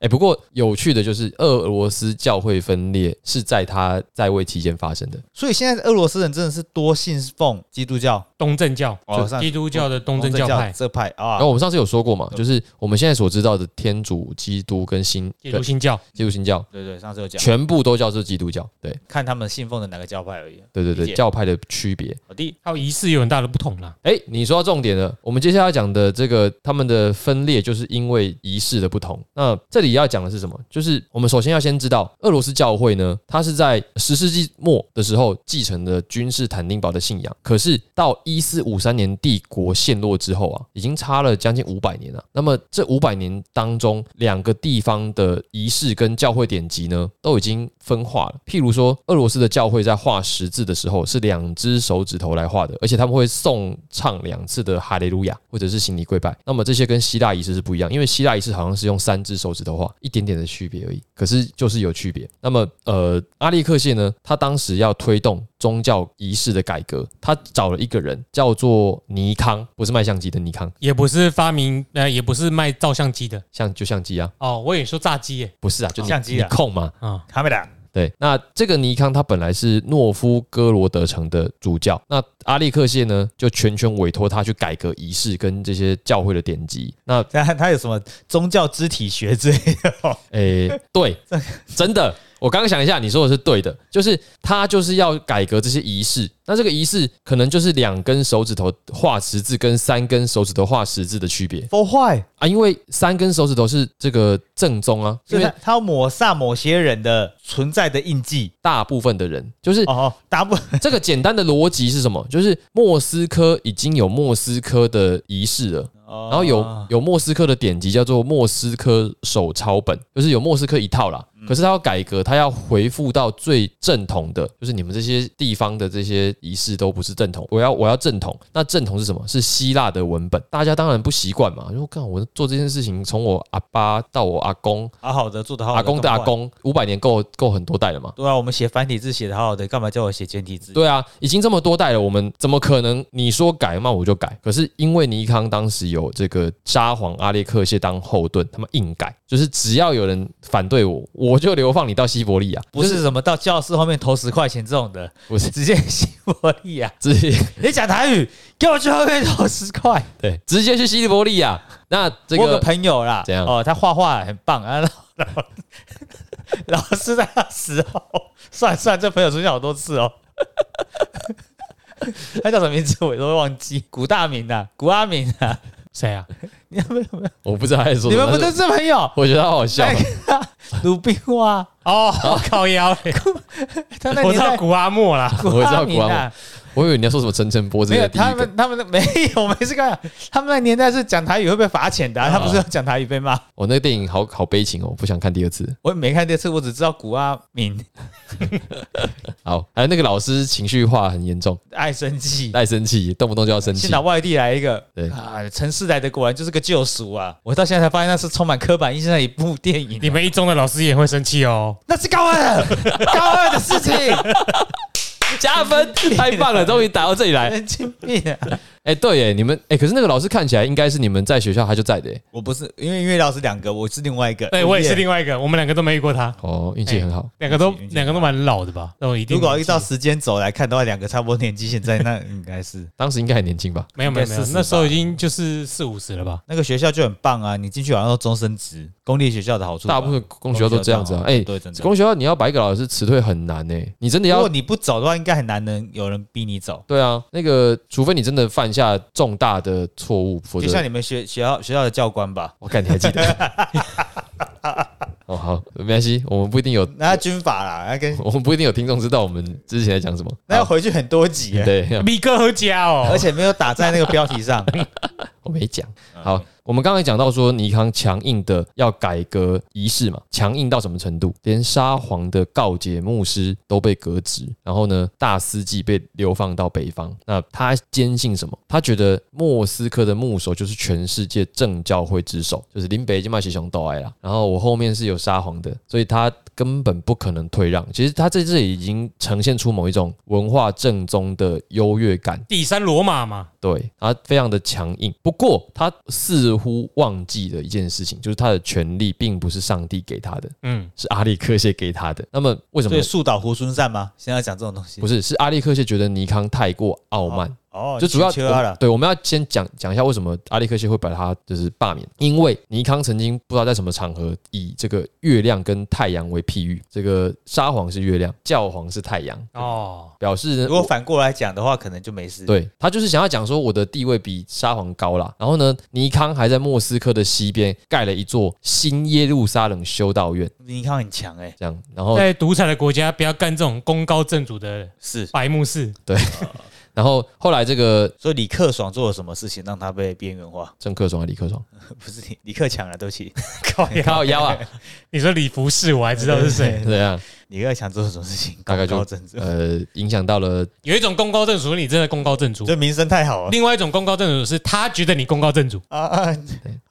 [SPEAKER 2] 哎、不过有趣的就是俄罗斯教会分裂是在他在位期间发生的，
[SPEAKER 1] 所以现在俄罗斯人真的是多信奉基督教、
[SPEAKER 3] 东正教
[SPEAKER 1] 哦
[SPEAKER 3] 就
[SPEAKER 1] 上
[SPEAKER 3] 基督教的东
[SPEAKER 1] 东
[SPEAKER 3] 正
[SPEAKER 1] 正
[SPEAKER 3] 教派，
[SPEAKER 1] 这派
[SPEAKER 2] 然
[SPEAKER 1] 啊
[SPEAKER 2] 后。我们上次有说过嘛，就是我们现在所知道的天主、基督跟新
[SPEAKER 3] 基督新教。
[SPEAKER 2] 基督新教，
[SPEAKER 1] 对对，上次有讲，
[SPEAKER 2] 全部都叫做基督教。对
[SPEAKER 1] 看他们信奉的哪个教派而已。
[SPEAKER 2] 对对
[SPEAKER 1] 理
[SPEAKER 2] 对，
[SPEAKER 1] 解
[SPEAKER 2] 教派的区别。
[SPEAKER 1] 老弟，
[SPEAKER 3] 还有仪式有很大的不同啦，
[SPEAKER 2] 哎，你说到重点了。我们接下来讲的这个他们的分裂，就是因为仪式的不同。那这里要讲的是什么？就是我们首先要先知道，俄罗斯教会呢，它是在十世纪末的时候继承了君士坦丁堡的信仰，可是到一四五三年帝国陷落之后啊，已经差了将近五百年了。那么这五百年当中，两个地方的仪式跟教会典籍呢，都已经分化了。譬如说，俄罗斯的教会在画十字的时候是两只手指头来画的，而且他们会颂唱两次的哈利路亚或者是行礼跪拜。那么这些跟希腊仪式是不一样，因为希腊仪式好像是用三只手指头画，一点点的区别而已，可是就是有区别。那么呃，阿历克谢呢，他当时要推动宗教仪式的改革，他找了一个人叫做尼康，不是卖相机的尼康，
[SPEAKER 3] 也不是发明，呃，也不是卖照相机的
[SPEAKER 2] 像就相机啊，
[SPEAKER 3] 哦，我也说炸鸡耶，
[SPEAKER 2] 不是啊，就你
[SPEAKER 1] 相机啊
[SPEAKER 2] 你控嘛，
[SPEAKER 3] 啊，
[SPEAKER 1] 卡梅拉
[SPEAKER 2] 对，那这个尼康他本来是诺夫哥罗德城的主教，那阿列克谢呢就全权委托他去改革仪式跟这些教会的典籍。那
[SPEAKER 1] 他他有什么宗教肢体学之类的哦？
[SPEAKER 2] 诶、对，真的，我刚刚想一下，你说的是对的，就是他就是要改革这些仪式。那这个仪式可能就是两根手指头画十字跟三根手指头画十字的区别
[SPEAKER 1] 否坏，
[SPEAKER 2] 啊，因为三根手指头是这个正宗啊，
[SPEAKER 1] 所
[SPEAKER 2] 因
[SPEAKER 1] 以
[SPEAKER 2] 为
[SPEAKER 1] 他他要抹煞某些人的存在的印记。
[SPEAKER 2] 大部分的人就是
[SPEAKER 1] 哦，哦打不
[SPEAKER 2] 这个简单的逻辑是什么？就是莫斯科已经有莫斯科的仪式了。
[SPEAKER 1] 然
[SPEAKER 2] <laughs> 然后有
[SPEAKER 1] 啊哦
[SPEAKER 2] 有莫斯科的典籍叫做《莫斯科手抄本》，就是有莫斯科一套啦。可是它要改革，它要回复到最正统的，就是你们这些地方的这些仪式都不是正统。我要我要正统，那正统是什么？是希腊的文本。大家当然不习惯嘛，就看我做这件事情，从我阿爸到我阿公，
[SPEAKER 1] 好好的做的好好
[SPEAKER 2] 阿
[SPEAKER 1] 的，
[SPEAKER 2] 公的阿。公，五百年够够很多代了嘛。
[SPEAKER 1] 对啊，我们写繁体字写的好好的，干嘛叫我写简体字？
[SPEAKER 2] 对啊，已经这么多代了，我们怎么可能你说改嘛我就改？可是因为尼康当时有这个沙皇阿列克谢当后盾，他们硬改，就是只要有人反对我，我就流放你到西伯利亚，
[SPEAKER 1] 不
[SPEAKER 2] 就是
[SPEAKER 1] 什么到教室后面投十块钱这种的，
[SPEAKER 2] 不是
[SPEAKER 1] 直接西伯利亚。
[SPEAKER 2] 直接
[SPEAKER 1] 你讲台语，给我去后面投十块。
[SPEAKER 2] 对直接去西伯利亚。那这
[SPEAKER 1] 我有个
[SPEAKER 2] 个
[SPEAKER 1] 朋友啦，
[SPEAKER 2] 怎样
[SPEAKER 1] 哦，他画画很棒啊，然后 <laughs> 然后老师在那时候，算算这朋友出现好多次哦。 <laughs> 他叫什么名字我都会忘记，古大明啊，古阿明啊，
[SPEAKER 3] 谁啊？
[SPEAKER 1] 你们有没有？
[SPEAKER 2] 我不知道他在说
[SPEAKER 1] 你
[SPEAKER 2] 什么，
[SPEAKER 1] 们不
[SPEAKER 2] 但
[SPEAKER 1] 都是哎朋友？
[SPEAKER 2] 我觉得他好笑
[SPEAKER 1] 那。个鲁冰花，
[SPEAKER 3] 哦，靠腰嘞， <laughs>
[SPEAKER 1] 他那年
[SPEAKER 3] 我知道
[SPEAKER 1] 代
[SPEAKER 3] 古阿莫啦， <laughs>
[SPEAKER 2] 我
[SPEAKER 1] 古
[SPEAKER 2] 知道古阿
[SPEAKER 1] 阿明
[SPEAKER 2] 莫
[SPEAKER 1] 啊，，
[SPEAKER 2] 我以为你要说什么陈晨波之
[SPEAKER 1] 没
[SPEAKER 2] 类
[SPEAKER 1] 有
[SPEAKER 2] 的第一
[SPEAKER 1] 他
[SPEAKER 2] 个。
[SPEAKER 1] 们他们的 <laughs> 没有没事干，他们那年代是讲台语会被罚钱的啊，他不是要讲台语被骂。
[SPEAKER 2] 我、哦那个电影好好悲情哦，我不想看第二次。
[SPEAKER 1] 我也没看这次，我只知道古阿明
[SPEAKER 2] 好，还有那个老师情绪化很严重，
[SPEAKER 1] 爱生气，
[SPEAKER 2] 爱生气，动不动就要生气
[SPEAKER 1] 现。场外地来一个，
[SPEAKER 2] 对
[SPEAKER 1] 啊，城市来的果然就是个救赎啊！我到现在才发现那是充满刻板印象的一部电影，
[SPEAKER 3] 你们一中的老师也会生气哦。
[SPEAKER 1] 那是高二高二的事情， <laughs>
[SPEAKER 2] 加分，太棒了，终于打到这里来。
[SPEAKER 1] 神经病啊！
[SPEAKER 2] 哎、对耶，你们哎、可是那个老师看起来应该是你们在学校他就在的耶，
[SPEAKER 1] 我不是因为因为老师两个，我是另外一个，
[SPEAKER 3] 哦对，我也是。另外一个，我们两个都没遇过他，
[SPEAKER 2] 哦，运气很好。
[SPEAKER 1] 哎
[SPEAKER 3] 两个都
[SPEAKER 1] 运气运气
[SPEAKER 3] 两个都蛮老的吧？那我一定
[SPEAKER 1] 如果依照时间轴来看的话，两个差不多年纪，现在那应该是
[SPEAKER 2] 当时应该很年轻吧？
[SPEAKER 3] 没有没有没
[SPEAKER 1] 应
[SPEAKER 3] 有
[SPEAKER 1] 该，40
[SPEAKER 3] 那时候已经就是四五十了吧？
[SPEAKER 1] 那个学校就很棒啊！你进去好像都终身职，公立学校的好处吧，
[SPEAKER 2] 大部分公学校都这样子啊。
[SPEAKER 1] 啊公
[SPEAKER 2] 哎、
[SPEAKER 1] 学校对，真的。
[SPEAKER 2] 公学校你要把一个老师辞退很难呢，你真的
[SPEAKER 1] 如
[SPEAKER 2] 要
[SPEAKER 1] 果你不走的话，应该很难能有人逼你走。
[SPEAKER 2] 对啊，那个除非你真的犯下重大的错误，否
[SPEAKER 1] 就像
[SPEAKER 2] 则
[SPEAKER 1] 你们学学校学校的教官吧，
[SPEAKER 2] 我看你还记得。
[SPEAKER 1] <laughs>
[SPEAKER 2] 哦，好，没关系，我们不一定有，
[SPEAKER 1] 那军法啦，那跟
[SPEAKER 2] 我们不一定有听众知道我们之前在讲什么。
[SPEAKER 1] 那要
[SPEAKER 2] 好
[SPEAKER 1] 回去很多集耶。啊 <laughs>
[SPEAKER 2] 对，
[SPEAKER 3] 米哥和家哦，
[SPEAKER 1] 而且没有打在那个标题
[SPEAKER 3] <laughs>
[SPEAKER 1] 上。
[SPEAKER 2] 我没讲。好，我们刚才讲到说，尼康强硬的要改革仪式嘛，强硬到什么程度？连沙皇的告解牧师都被革职，然后呢，大司祭被流放到北方。那他坚信什么？他觉得莫斯科的牧首就是全世界正教会之首，就是林北京麦西雄都爱啦。然后我后面是有沙皇的，所以他根本不可能退让。其实他在这里已经呈现出某一种文化正宗的优越感。
[SPEAKER 3] 第三罗马嘛，
[SPEAKER 2] 对，他非常的强硬。不过他似乎忘记了一件事情，就是他的权利并不是上帝给他的，
[SPEAKER 3] 嗯，
[SPEAKER 2] 是阿利克谢给他的。那么为什么
[SPEAKER 1] 所以？树倒猢狲散吗？现在讲这种东西
[SPEAKER 2] 不是，是阿利克谢觉得尼康太过傲慢，
[SPEAKER 1] 哦，
[SPEAKER 2] 就主要
[SPEAKER 1] 骑车啊啦，
[SPEAKER 2] 对，我们要先讲讲一下为什么阿利克谢会把他就是罢免，因为尼康曾经不知道在什么场合以这个月亮跟太阳为譬喻，这个沙皇是月亮，教皇是太阳，
[SPEAKER 3] 哦，
[SPEAKER 2] 表示呢
[SPEAKER 1] 如果反过来讲的话，可能就没事。，
[SPEAKER 2] 呃对他就是想要讲说我的地位比沙皇高啦。然后呢，尼康还在莫斯科的西边盖了一座新耶路撒冷修道院，
[SPEAKER 1] 尼康很强哎，
[SPEAKER 2] 这样，然后
[SPEAKER 3] 在独裁的国家，不要干这种功高震主的
[SPEAKER 1] 是。
[SPEAKER 3] 白目事。
[SPEAKER 2] 然后后来这个
[SPEAKER 1] 所以李克爽做了什么事情让他被边缘化？ <laughs>
[SPEAKER 2] 郑克爽还是李克爽， <laughs>
[SPEAKER 1] 不是李李克强啊了，对不起，
[SPEAKER 3] 靠腰，
[SPEAKER 2] 靠腰 <laughs> 啊，
[SPEAKER 3] <laughs> 你说李福士，我还知道是谁。
[SPEAKER 2] 怎样？
[SPEAKER 1] <laughs> 李克强做了什么事情？
[SPEAKER 2] 大概就
[SPEAKER 1] 搞高政治，
[SPEAKER 2] 呃，影响到了
[SPEAKER 3] 有一种功高震主，你真的功高震主；
[SPEAKER 1] 这名声太好了
[SPEAKER 3] 另外一种功高震主是他觉得你功高震主，
[SPEAKER 1] 啊啊！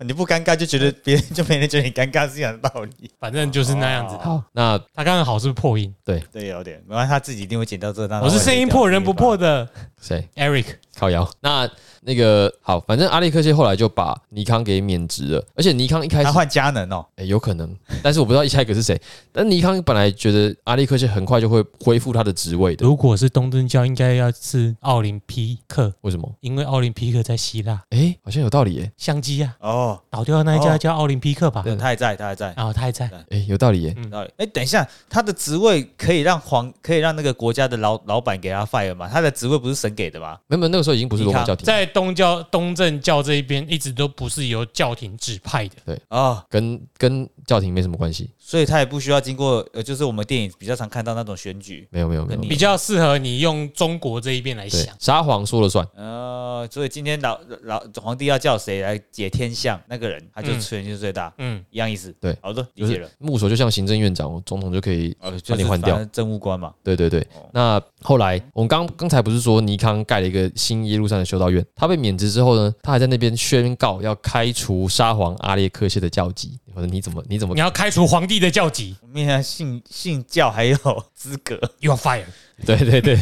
[SPEAKER 1] 你不尴尬就觉得别人 <laughs> 就没人觉得你尴尬是一样的道理。
[SPEAKER 3] 反正就是那样子。
[SPEAKER 1] 哦
[SPEAKER 2] 好，那
[SPEAKER 3] 他刚刚好是不是破音？
[SPEAKER 1] 对，有点，没关系，他自己一定会剪掉这张。
[SPEAKER 3] 我是声音破人不破的
[SPEAKER 2] 谁
[SPEAKER 3] Eric。
[SPEAKER 2] 靠腰？ <laughs> 那那个好，反正阿历克谢后来就把尼康给免职了，而且尼康一开始
[SPEAKER 1] 他换佳能哦，
[SPEAKER 2] 诶有可能，但是我不知道下一个是谁。但尼康本来觉得阿历克谢很快就会恢复他的职位的，
[SPEAKER 3] 如果是东正教，应该要是奥林匹克，
[SPEAKER 2] 为什么？
[SPEAKER 3] 因为奥林匹克在希腊，
[SPEAKER 2] 诶，好像有道理耶、
[SPEAKER 3] 相机啊
[SPEAKER 1] 哦，
[SPEAKER 3] 倒掉的那一家
[SPEAKER 1] 哦
[SPEAKER 3] 叫奥林匹克吧。
[SPEAKER 2] 对
[SPEAKER 1] 他还在，他还在。
[SPEAKER 3] 然后他还在
[SPEAKER 2] 诶，有道理耶、
[SPEAKER 1] 有道理哎，等一下，他的职位可以让皇，可以让那个国家的老老板给他 fire 吗？他的职位不是神给的吗？
[SPEAKER 2] 没有，没有那个时候已经不是罗马教廷，
[SPEAKER 3] 在东教东正教这一边，一直都不是由教廷指派的。
[SPEAKER 2] 啊
[SPEAKER 1] 哦，
[SPEAKER 2] 跟跟教廷没什么关系。
[SPEAKER 1] 所以他也不需要经过，呃，就是我们电影比较常看到那种选举，
[SPEAKER 2] 没有，没有，没有
[SPEAKER 1] 跟你。
[SPEAKER 3] 比较适合你用中国这一边来
[SPEAKER 2] 嗯对
[SPEAKER 3] 想，，
[SPEAKER 2] 沙皇说了算。
[SPEAKER 1] 呃，所以今天老老皇帝要叫谁来解天象，那个人他就
[SPEAKER 3] 嗯
[SPEAKER 1] 权力就最大，
[SPEAKER 3] 嗯，
[SPEAKER 1] 一样意思。
[SPEAKER 2] 对
[SPEAKER 1] 好的，
[SPEAKER 2] 就
[SPEAKER 1] 理解
[SPEAKER 2] 是
[SPEAKER 1] 了。
[SPEAKER 2] 木手就像行政院长，总统就可以
[SPEAKER 1] 呃，
[SPEAKER 2] 把你换掉。
[SPEAKER 1] 政务官嘛，
[SPEAKER 2] 对对对
[SPEAKER 1] 哦，
[SPEAKER 2] 那后来我们刚刚才不是说尼康盖了一个新耶路撒冷修道院，他被免职之后呢，他还在那边宣告要开除沙皇阿列克谢的教籍。我说你怎么你
[SPEAKER 3] <laughs>
[SPEAKER 2] 怎么
[SPEAKER 3] 你要开除皇帝的教籍
[SPEAKER 1] 我们现在信信教还有资格，
[SPEAKER 3] ，you are fired。
[SPEAKER 2] 对对对，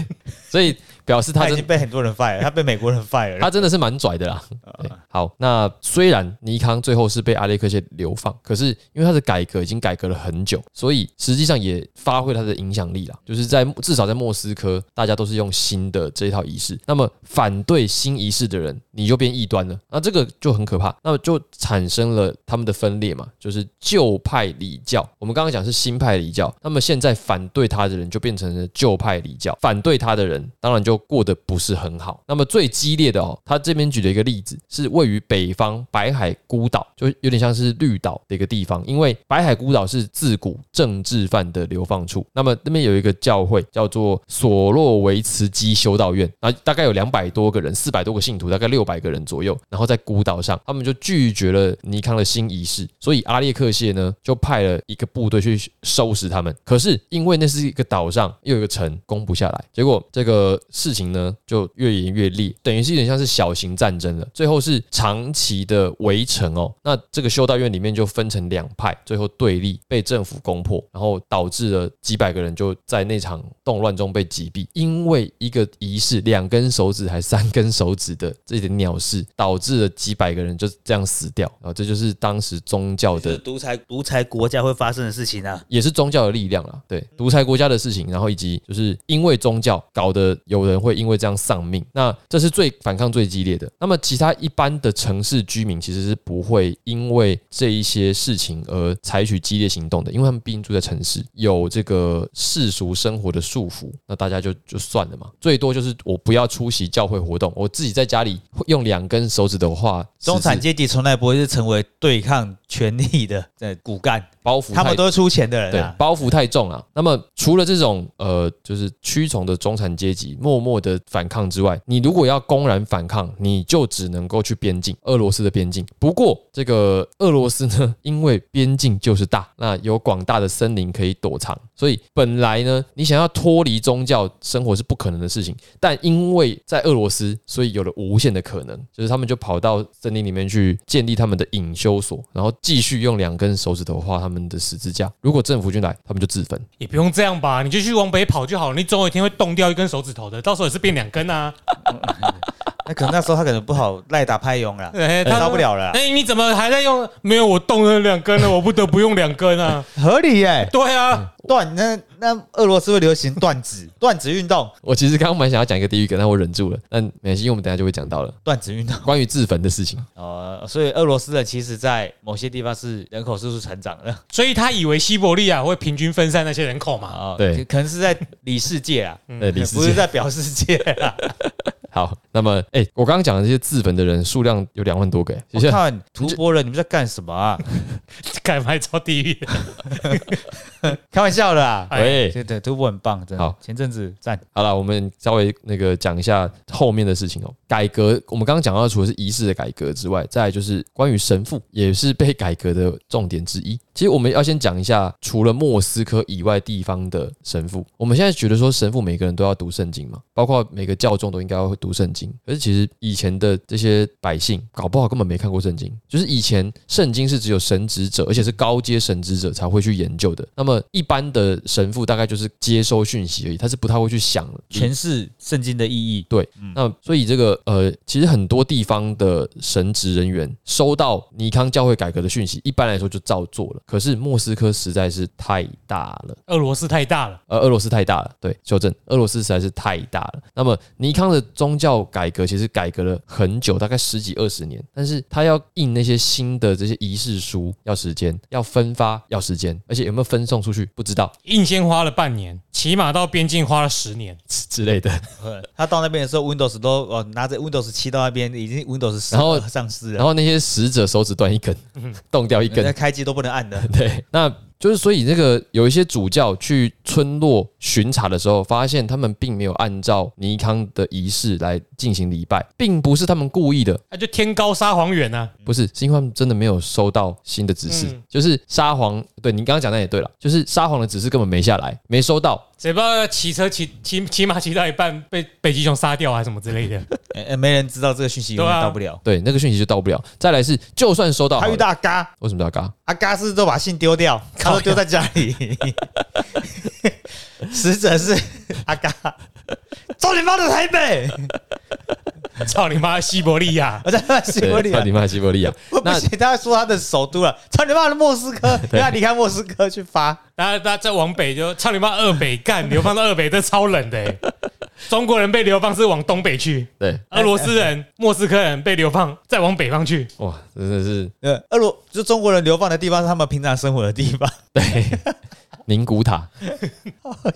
[SPEAKER 2] 所以表示他
[SPEAKER 1] 他已经
[SPEAKER 2] 真
[SPEAKER 1] 被很多人 fire，了他被美国人 fire 了
[SPEAKER 2] 他。真的是蛮拽的啦。对好，那虽然尼康最后是被阿列克谢流放，可是因为他的改革已经改革了很久，所以实际上也发挥他的影响力啦。就是在至少在莫斯科，大家都是用新的这一套仪式，那么反对新仪式的人，你就变异端了，那这个就很可怕，那么就产生了他们的分裂嘛，就是旧派礼教，我们刚刚讲是新派礼教，那么现在反对他的人就变成了旧派礼教，反对他的人当然就过得不是很好。那么最激烈的哦，他这边举了一个例子，是位于北方白海孤岛，就有点像是绿岛的一个地方，因为白海孤岛是自古政治犯的流放处。那么那边有一个教会叫做索洛维茨基修道院，然后大概有两百多个人，四百多个信徒，大概六百个人左右。然后在孤岛上，他们就拒绝了尼康的新仪式，所以阿列克谢呢就派了一个部队去收拾他们。可是因为那是一个岛上，又有一个城攻不下来，结果这个事情呢就越演越烈，等于是有点像是小型战争了。最后是长期的围城哦，那这个修道院里面就分成两派，最后对立被政府攻破，然后导致了几百个人就在那场动乱中被击毙，因为一个仪式，两根手指还三根手指的这点鸟事，导致了几百个人就这样死掉，然后这就是当时宗教
[SPEAKER 1] 就是
[SPEAKER 2] 的
[SPEAKER 1] 独裁独裁国家会发生的事情啊！
[SPEAKER 2] 也是宗教的力量啦，
[SPEAKER 1] 嗯
[SPEAKER 2] 对，独裁国家的事情，然后以及就是因为宗教搞得有人会因为这样丧命，那这是最反抗最激烈的。那么其他一般的城市居民其实是不会因为这一些事情而采取激烈行动的，因为他们毕竟住在城市，有这个世俗生活的束缚，那大家就就算了嘛，最多就是我不要出席教会活动，我自己在家里用两根手指头画十字
[SPEAKER 1] 中产阶级从来不会是成为对抗权力 <laughs> 的呃骨干，
[SPEAKER 2] 包袱太
[SPEAKER 1] 他们都是出钱的人
[SPEAKER 2] 对
[SPEAKER 1] 啊，。
[SPEAKER 2] 包袱太重了。那么除了这种呃，就是屈从的中产阶级默默的反抗之外，你如果要公然反抗，你就只能够去边境，俄罗斯的边境。不过这个俄罗斯呢，因为边境就是大，那有广大的森林可以躲藏，所以本来呢，你想要脱离宗教生活是不可能的事情。但因为在俄罗斯，所以有了无限的可能，就是他们就跑到森林里面去建立他们的隐修所，然后继续用两根手指头画他们的十字架。如果政府军来，他们就自焚。
[SPEAKER 3] 也不用这样吧，你就去往北跑就好了。你总有一天会冻掉一根手指头的，到时候也是变两根啊。
[SPEAKER 1] <laughs> 那可能那时候他可能不好赖打派 <laughs> 佣了，
[SPEAKER 3] 哎
[SPEAKER 1] 他到不。了 <laughs> 了啦，
[SPEAKER 3] 哎、你
[SPEAKER 2] 嗯
[SPEAKER 3] 怎么还在用？没有，我动了两根了，我不得不用两根啊。
[SPEAKER 1] 合理耶。
[SPEAKER 3] 对啊，
[SPEAKER 1] <laughs> 断，那那俄罗斯会流行断指， <laughs> 断指运动，
[SPEAKER 2] 我其实刚刚蛮想要讲一个地狱梗，但我忍住了。但没关系，因为我们等一下就会讲到了
[SPEAKER 1] 断指运 <laughs> 动。
[SPEAKER 2] 关于自焚的
[SPEAKER 1] <laughs>
[SPEAKER 2] 事情。
[SPEAKER 1] 呃，所以俄罗斯人其实在某些地方是人口是数成长 <laughs> 的
[SPEAKER 3] 所以他以为西伯利亚会平均分散那些人口嘛？ <laughs>
[SPEAKER 1] 啊，
[SPEAKER 2] 对
[SPEAKER 1] 可可能是在里世界 <laughs> 啊，
[SPEAKER 2] 呃，李思
[SPEAKER 1] 不是
[SPEAKER 2] 杰，
[SPEAKER 1] 在表世 <laughs> 界啊。
[SPEAKER 2] 好，那么哎、我刚刚讲的这些自焚的人数量有两万多个、哎其
[SPEAKER 1] 我
[SPEAKER 2] 实
[SPEAKER 1] 看吐蕃人，你们在干什么啊？
[SPEAKER 3] 干嘛超地狱？ <laughs>
[SPEAKER 1] 开玩笑的啦。
[SPEAKER 3] 哎
[SPEAKER 2] 喂，
[SPEAKER 1] <laughs> 对对，吐蕃很棒，真的。
[SPEAKER 2] 好，
[SPEAKER 1] 前阵子赞
[SPEAKER 2] 好了，我们稍微那个讲一下后面的事情哦、改革，我们刚刚讲到，除了是仪式的改革之外，再来就是关于神父，也是被改革的重点之一。其实我们要先讲一下，除了莫斯科以外地方的神父，我们现在觉得说神父每个人都要读圣经嘛，包括每个教众都应该会读圣经。可是其实以前的这些百姓，搞不好根本没看过圣经，就是以前圣经是只有神职者，而且是高阶神职者才会去研究的。那么一般的神父大概就是接收讯息而已，他是不太会去想嗯
[SPEAKER 1] 诠释圣经的意义。
[SPEAKER 2] 那所以这个呃，其实很多地方的神职人员收到尼康教会改革的讯息，一般来说就照做了。可是莫斯科实在是太大了。
[SPEAKER 3] 俄罗斯太大了，
[SPEAKER 2] 呃，俄罗斯太大了，对，纠正，俄罗斯实在是太大了。那么尼康的宗教改革其实改革了很久，大概十几二十年，但是他要印那些新的这些仪式书要时间，要分发要时间，而且有没有分送出去不知道 <laughs>
[SPEAKER 3] 印先花了半年，起码到边境花了十年。
[SPEAKER 2] 之之类的。
[SPEAKER 1] 他到那边的时候，Windows 都哦拿着 Windows 七到那边，已经 Windows 十
[SPEAKER 2] 然后
[SPEAKER 1] 上市
[SPEAKER 2] 然
[SPEAKER 1] 了，
[SPEAKER 2] 后那些使者手指断一根，动掉一根
[SPEAKER 1] 在，开机都不能按的。
[SPEAKER 2] <laughs> 对，那就是所以那个有一些主教去村落巡查的时候，发现他们并没有按照尼康的仪式来进行礼拜，并不是他们故意的，
[SPEAKER 3] 那啊就天高沙皇远啊！
[SPEAKER 1] 嗯
[SPEAKER 2] 不是，是因为他们真的没有收到新的指示，
[SPEAKER 3] 嗯
[SPEAKER 2] 就是沙皇，对你刚刚讲的也对了，就是沙皇的指示根本没下来，没收到，
[SPEAKER 3] 谁不知道骑车骑骑骑马骑到一半被北极熊杀掉啊什么之类的？ <laughs>
[SPEAKER 1] 哎哎没人知道这个讯息，永
[SPEAKER 3] 对
[SPEAKER 1] 远
[SPEAKER 3] 啊
[SPEAKER 1] 到不了。
[SPEAKER 2] 对，那个讯息就到不了。再来是，就算收到好
[SPEAKER 1] 他
[SPEAKER 2] 了，
[SPEAKER 1] 遇到阿嘎，
[SPEAKER 2] 为什么叫嘎？
[SPEAKER 1] 阿嘎是都把信丢掉，他都丢在家
[SPEAKER 2] <laughs>
[SPEAKER 1] 里。使者是阿嘎，操你妈的台北！
[SPEAKER 3] 操你妈西伯利亚！
[SPEAKER 1] 我在那西伯利
[SPEAKER 2] 对
[SPEAKER 1] 亚
[SPEAKER 2] 操你，妈西伯利亚！
[SPEAKER 1] 啊我不
[SPEAKER 2] 那
[SPEAKER 1] 行，他说他的首都
[SPEAKER 2] <laughs>
[SPEAKER 1] 了，操你妈的莫斯科，不要离开莫斯科去发。
[SPEAKER 3] 然后大家再往北就操你妈二北干，流放到二北这超冷的、欸。中国人被流放是往东北去，
[SPEAKER 2] 对，
[SPEAKER 3] 俄罗斯人、莫斯科人被流放再往北方去。
[SPEAKER 2] 哇，真的是
[SPEAKER 1] 呃，俄罗就中国人流放的地方是他们平常生活的地方。
[SPEAKER 2] 宁古塔。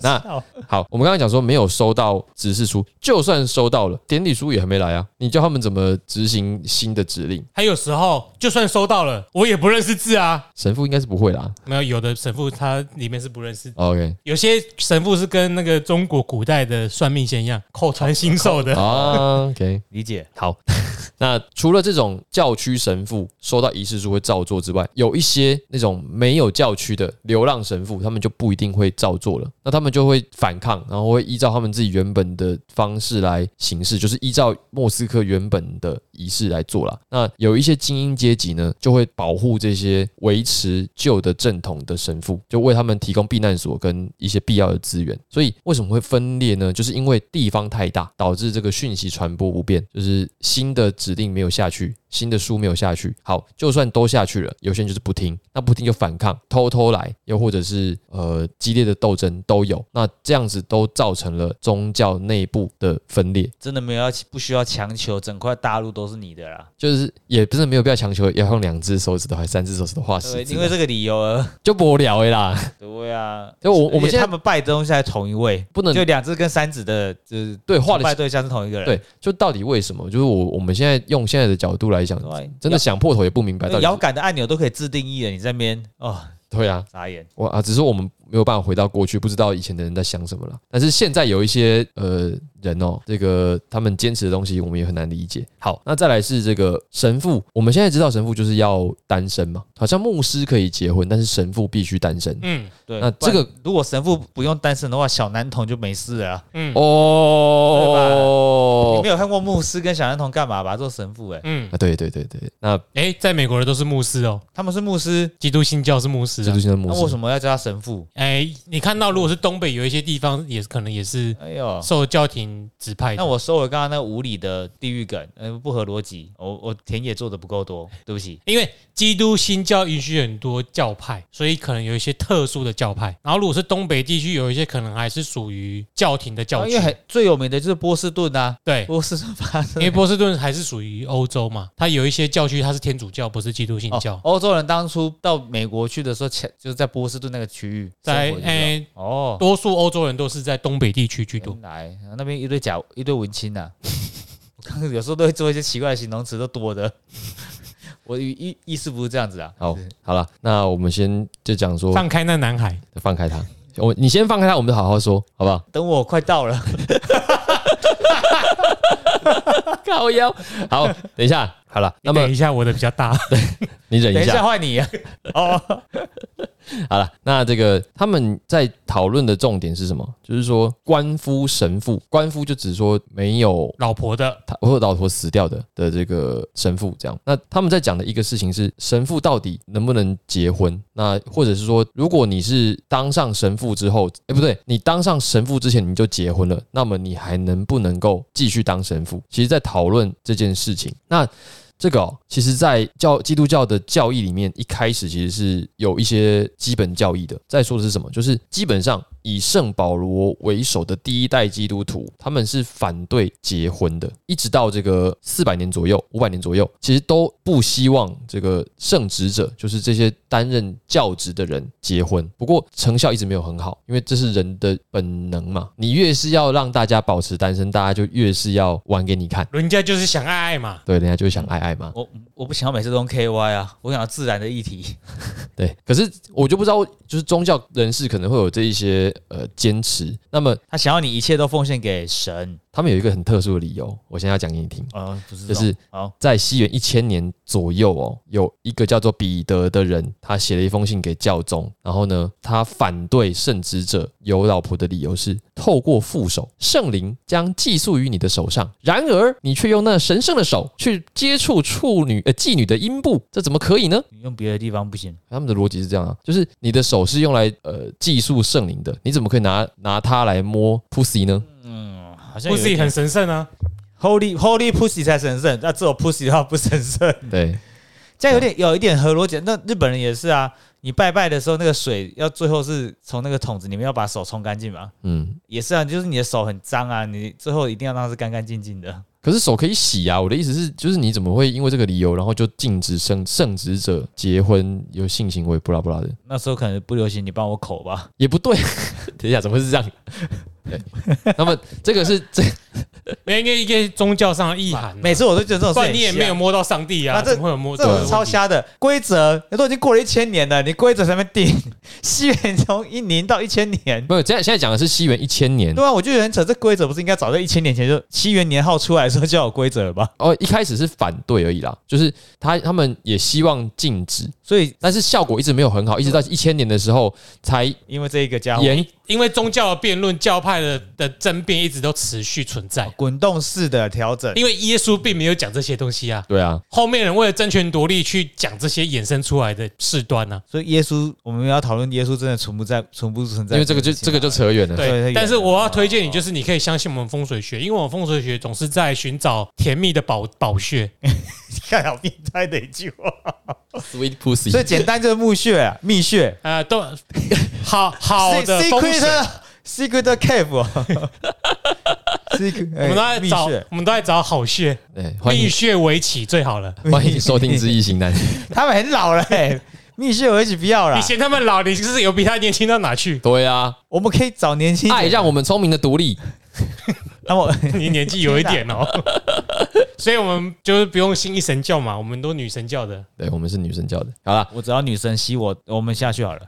[SPEAKER 2] 那
[SPEAKER 1] 笑
[SPEAKER 2] 好，我们刚刚讲说没有收到指示书，就算收到了，典礼书也还没来啊，你叫他们怎么执行新的指令？
[SPEAKER 3] 还有时候就算收到了，我也不认识字啊。
[SPEAKER 2] 神父应该是不会啦。
[SPEAKER 3] 没有，有的神父他里面是不认识，
[SPEAKER 1] <laughs>
[SPEAKER 2] OK，
[SPEAKER 3] 有些神父是跟那个中国古代的算命先一样，口传心授的。
[SPEAKER 2] 啊，OK，
[SPEAKER 1] 理解
[SPEAKER 2] 好。那除了这种教区神父收到仪式书会照做之外，有一些那种没有教区的流浪神父，他们就不一定会照做了。那他们就会反抗，然后会依照他们自己原本的方式来行事，就是依照莫斯科原本的仪式来做啦。那有一些精英阶级呢，就会保护这些维持旧的正统的神父，就为他们提供避难所跟一些必要的资源。所以为什么会分裂呢？就是因为地方太大，导致这个讯息传播不便，就是新的指令没有下去，新的书没有下去。好，就算都下去了，有些人就是不听，那不听就反抗，偷偷来，又或者是呃激烈的斗争都有。那这样子都造成了宗教内部的分裂。
[SPEAKER 1] 真的没有要不需要强求，整块大陆都是你的啦。
[SPEAKER 2] 就是也不是没有必要强求，要用两只手指头还是三只手指头画十
[SPEAKER 1] 对，
[SPEAKER 2] 字
[SPEAKER 1] 因为这个理由而，
[SPEAKER 2] 就无聊的啦。
[SPEAKER 1] 对啊。
[SPEAKER 2] 就我我
[SPEAKER 1] 而
[SPEAKER 2] 们
[SPEAKER 1] 且
[SPEAKER 2] 现
[SPEAKER 1] 他
[SPEAKER 2] 在嗯
[SPEAKER 1] 们拜的东西还同一位，
[SPEAKER 2] 不能
[SPEAKER 1] 就两只跟三指的，就是
[SPEAKER 2] 对画
[SPEAKER 1] 拜
[SPEAKER 2] 的
[SPEAKER 1] 对象是同一个人。
[SPEAKER 2] 对，就到底为什么？就是我我们现在用现在的角度来讲，
[SPEAKER 1] 对，啊
[SPEAKER 2] 真的想破头也不明白到
[SPEAKER 1] 摇
[SPEAKER 2] 底
[SPEAKER 1] 摇
[SPEAKER 2] 是。
[SPEAKER 1] 杆的按钮都可以自定义了，你在那边哦，
[SPEAKER 2] 对啊，
[SPEAKER 1] 傻眼。
[SPEAKER 2] 我啊，只是我们没有办法回到过去，不知道以前的人在想什么了。但是现在有一些呃人哦，这个他们坚持的东西，我们也很难理解。好，那再来是这个神父，我们现在知道神父就是要单身嘛，好像牧师可以结婚，但是神父必须单身。
[SPEAKER 3] 嗯
[SPEAKER 1] 对，
[SPEAKER 2] 那
[SPEAKER 1] 不然
[SPEAKER 2] 这个
[SPEAKER 1] 如果神父不用单身的话，小男童就没事了啊。
[SPEAKER 3] 嗯
[SPEAKER 1] 你
[SPEAKER 2] 哦
[SPEAKER 1] 没，有看过牧师跟小男童干嘛吧？做神父哎、
[SPEAKER 3] 嗯，
[SPEAKER 2] 啊，对对对对，那
[SPEAKER 3] 诶，在美国的都是牧师哦，
[SPEAKER 1] 他们是牧师，
[SPEAKER 3] 基督新教是牧师、
[SPEAKER 2] 基
[SPEAKER 3] 啊
[SPEAKER 2] 督。教的牧
[SPEAKER 1] 那
[SPEAKER 2] 师
[SPEAKER 1] 为什么要叫他神父？
[SPEAKER 3] 哎，你看到如果是东北有一些地方也是可能也是
[SPEAKER 1] 哎呦，
[SPEAKER 3] 受教廷指派的，
[SPEAKER 1] 那我收回刚刚那无理的地狱梗，呃，不合逻辑。我我田野做的不够多，对不起。
[SPEAKER 3] 因为基督新教允许很多教派，所以可能有一些特殊的教派。然后如果是东北地区，有一些可能还是属于教廷的教
[SPEAKER 1] 啊因
[SPEAKER 3] 区
[SPEAKER 1] 为。很最有名的就是波士顿啊，
[SPEAKER 3] 对，
[SPEAKER 1] 波士顿发生
[SPEAKER 3] 因为波士顿还是属于欧洲嘛，它有一些教区它是天主教，不是基督新
[SPEAKER 1] 哦
[SPEAKER 3] 教。
[SPEAKER 1] 欧洲人当初到美国去的时候，前就是在波士顿那个区域
[SPEAKER 3] 在
[SPEAKER 1] 生活就是
[SPEAKER 3] 诶，
[SPEAKER 1] 哦，
[SPEAKER 3] 多数欧洲人都是在东北地区居多
[SPEAKER 1] 原。来那边一堆假一堆文青呐、啊， <laughs> 我刚刚有时候都会做一些奇怪的形容词，都多的。 <laughs> 我意意意思不是这样子啊，
[SPEAKER 2] 好，好了，那我们先就讲说
[SPEAKER 3] 放开那男孩，
[SPEAKER 2] 放开他，我你先放开他，我们就好好说，好不好？
[SPEAKER 1] 等我快到了，
[SPEAKER 2] 靠腰，好，等一下，好了，那
[SPEAKER 3] 那
[SPEAKER 2] 么
[SPEAKER 3] 等一下我的比较大， <laughs>
[SPEAKER 2] 你忍
[SPEAKER 1] 等
[SPEAKER 2] 一
[SPEAKER 1] 一
[SPEAKER 2] 下
[SPEAKER 1] 下，换你、啊、哦，
[SPEAKER 2] 好了，那这个他们在讨论的重点是什么？就是说官夫神父，官夫就只说没有
[SPEAKER 3] 老婆的
[SPEAKER 2] 他或者老婆死掉的的这个神父这样。那他们在讲的一个事情是，神父到底能不能结婚？那或者是说，如果你是当上神父之后，哎，不对，你当上神父之前你就结婚了，那么你还能不能够继续当神父？其实，在讨论这件事情，那。这个哦，其实，在教基督教的教义里面，一开始其实是有一些基本教义的。再说的是什么？就是基本上以圣保罗为首的第一代基督徒，他们是反对结婚的，一直到这个四百年左右、五百年左右，其实都不希望这个圣职者，就是这些担任教职的人结婚。不过成效一直没有很好，因为这是人的本能嘛。你越是要让大家保持单身，大家就越是要玩给你看。
[SPEAKER 3] 人家就是想爱爱嘛，
[SPEAKER 2] 对，人家就想爱爱嘛。
[SPEAKER 1] 我我不想要每次都用 K Y 啊，我想要自然的议题。
[SPEAKER 2] 对，可是我就不知道，就是宗教人士可能会有这一些呃坚持，那么
[SPEAKER 1] 他想要你一切都奉献给神，
[SPEAKER 2] 他们有一个很特殊的理由，我现在要讲给你听，
[SPEAKER 1] 哦，不是这
[SPEAKER 2] 就
[SPEAKER 1] 种，
[SPEAKER 2] 是
[SPEAKER 1] 好
[SPEAKER 2] 在西元一千年左右哦，有一个叫做彼得的人，他写了一封信给教宗，然后呢，他反对圣职者有老婆的理由是，透过副手，圣灵将寄宿于你的手上，然而你却用那神圣的手去接触处女呃妓女的阴部，这怎么可以呢？
[SPEAKER 1] 你用别的地方不行。
[SPEAKER 2] 他们的逻辑是这样啊，就是你的手是用来呃寄宿圣灵的，你怎么可以拿拿它来摸 pussy 呢？
[SPEAKER 1] 嗯，好像
[SPEAKER 3] 不
[SPEAKER 1] 有
[SPEAKER 3] 是
[SPEAKER 1] 一
[SPEAKER 3] 也
[SPEAKER 1] 点
[SPEAKER 3] 很神圣啊？
[SPEAKER 1] Holy Holy Pussy 才神圣，那只有 Pussy 的话不神圣，
[SPEAKER 2] 对，
[SPEAKER 1] 这样有点有一点合逻辑。那日本人也是啊，你拜拜的时候，那个水要最后是从那个桶子里面要把手冲干净嘛，
[SPEAKER 2] 嗯，
[SPEAKER 1] 也是啊，就是你的手很脏啊，你最后一定要让它是干干净净的。
[SPEAKER 2] 可是手可以洗啊。我的意思是，就是你怎么会因为这个理由，然后就禁止圣圣职者结婚有性行为，不啦不啦的，
[SPEAKER 1] 那时候可能不流行你帮我口吧，
[SPEAKER 2] 也不对。 <laughs> 等一下，怎么会是这样？对，那么这个是 <laughs> 这
[SPEAKER 3] 没有，因为一个宗教上的意涵啊，
[SPEAKER 1] 每次我都觉得这种
[SPEAKER 3] 不
[SPEAKER 1] 事
[SPEAKER 3] 然
[SPEAKER 1] 情
[SPEAKER 3] 你也
[SPEAKER 1] 很瞎
[SPEAKER 3] 没有摸到上帝啊，
[SPEAKER 1] 啊这
[SPEAKER 3] 怎么会有摸？
[SPEAKER 1] 这种是超瞎的规则，都已经过了一千年了，你规则上面定，西元从一零到一千年，
[SPEAKER 2] 没有，现在现在讲的是西元一千年
[SPEAKER 1] 对啊，我就觉得很扯，这规则不是应该早在一千年前就西元年号出来的时候就有规则了吧？
[SPEAKER 2] 哦，一开始是反对而已啦，就是他他们也希望禁止，
[SPEAKER 1] 所以
[SPEAKER 2] 但是效果一直没有很好，一直到一千年的时候才
[SPEAKER 1] 因为这一个家伙
[SPEAKER 2] 严
[SPEAKER 3] 因为宗教的辩论、教派的的争辩一直都持续存在，
[SPEAKER 1] 滚动式的调整，
[SPEAKER 3] 因为耶稣并没有讲这些东西啊。
[SPEAKER 2] 对啊，
[SPEAKER 3] 后面人为了争权夺利去讲这些衍生出来的事端啊呢、
[SPEAKER 1] 所以耶稣，我们要讨论耶稣真的存不在，存不存在？
[SPEAKER 2] 因为这个就这个就扯远了。
[SPEAKER 3] 啊。
[SPEAKER 1] 对对
[SPEAKER 3] 对，但是
[SPEAKER 1] 有
[SPEAKER 3] 我要推荐你，就是你可以相信我们风水学，因为我们风水学总是在寻找甜蜜的宝宝穴。
[SPEAKER 1] 看好变态的一句话，
[SPEAKER 2] Sweet pussy，
[SPEAKER 1] 所以简单就是墓穴、啊、蜜穴，
[SPEAKER 3] 呃，都 <laughs>
[SPEAKER 1] <laughs>
[SPEAKER 3] 好好的风水，
[SPEAKER 1] secret <laughs> secret cave，哦
[SPEAKER 2] <laughs>
[SPEAKER 1] secret
[SPEAKER 3] 我
[SPEAKER 1] 哎
[SPEAKER 3] 们都在
[SPEAKER 1] 蜜
[SPEAKER 3] 找
[SPEAKER 1] 穴，
[SPEAKER 3] 我们都在找好穴，
[SPEAKER 2] 对，欢
[SPEAKER 3] 蜜
[SPEAKER 2] 迎
[SPEAKER 3] 穴为起最好了。
[SPEAKER 2] 欢迎收听《知易行 <laughs> 难》。
[SPEAKER 1] 他们很老了、
[SPEAKER 2] <laughs>
[SPEAKER 1] 欸，蜜穴我一起不要了
[SPEAKER 3] 你，嫌他们老，你是不是有比他年轻到哪
[SPEAKER 1] <laughs>
[SPEAKER 3] 去？
[SPEAKER 2] 对啊，
[SPEAKER 1] 我们可以找年轻一点
[SPEAKER 2] 哎爱让我们聪明的独立。
[SPEAKER 1] 那我
[SPEAKER 3] 你年纪有一点哦， <laughs> 所以我们就是不用信一神教嘛，我们都女神教的。
[SPEAKER 2] 对，我们是女生教的。好啦，
[SPEAKER 1] <laughs> 我只要女生吸我，我们下去好了。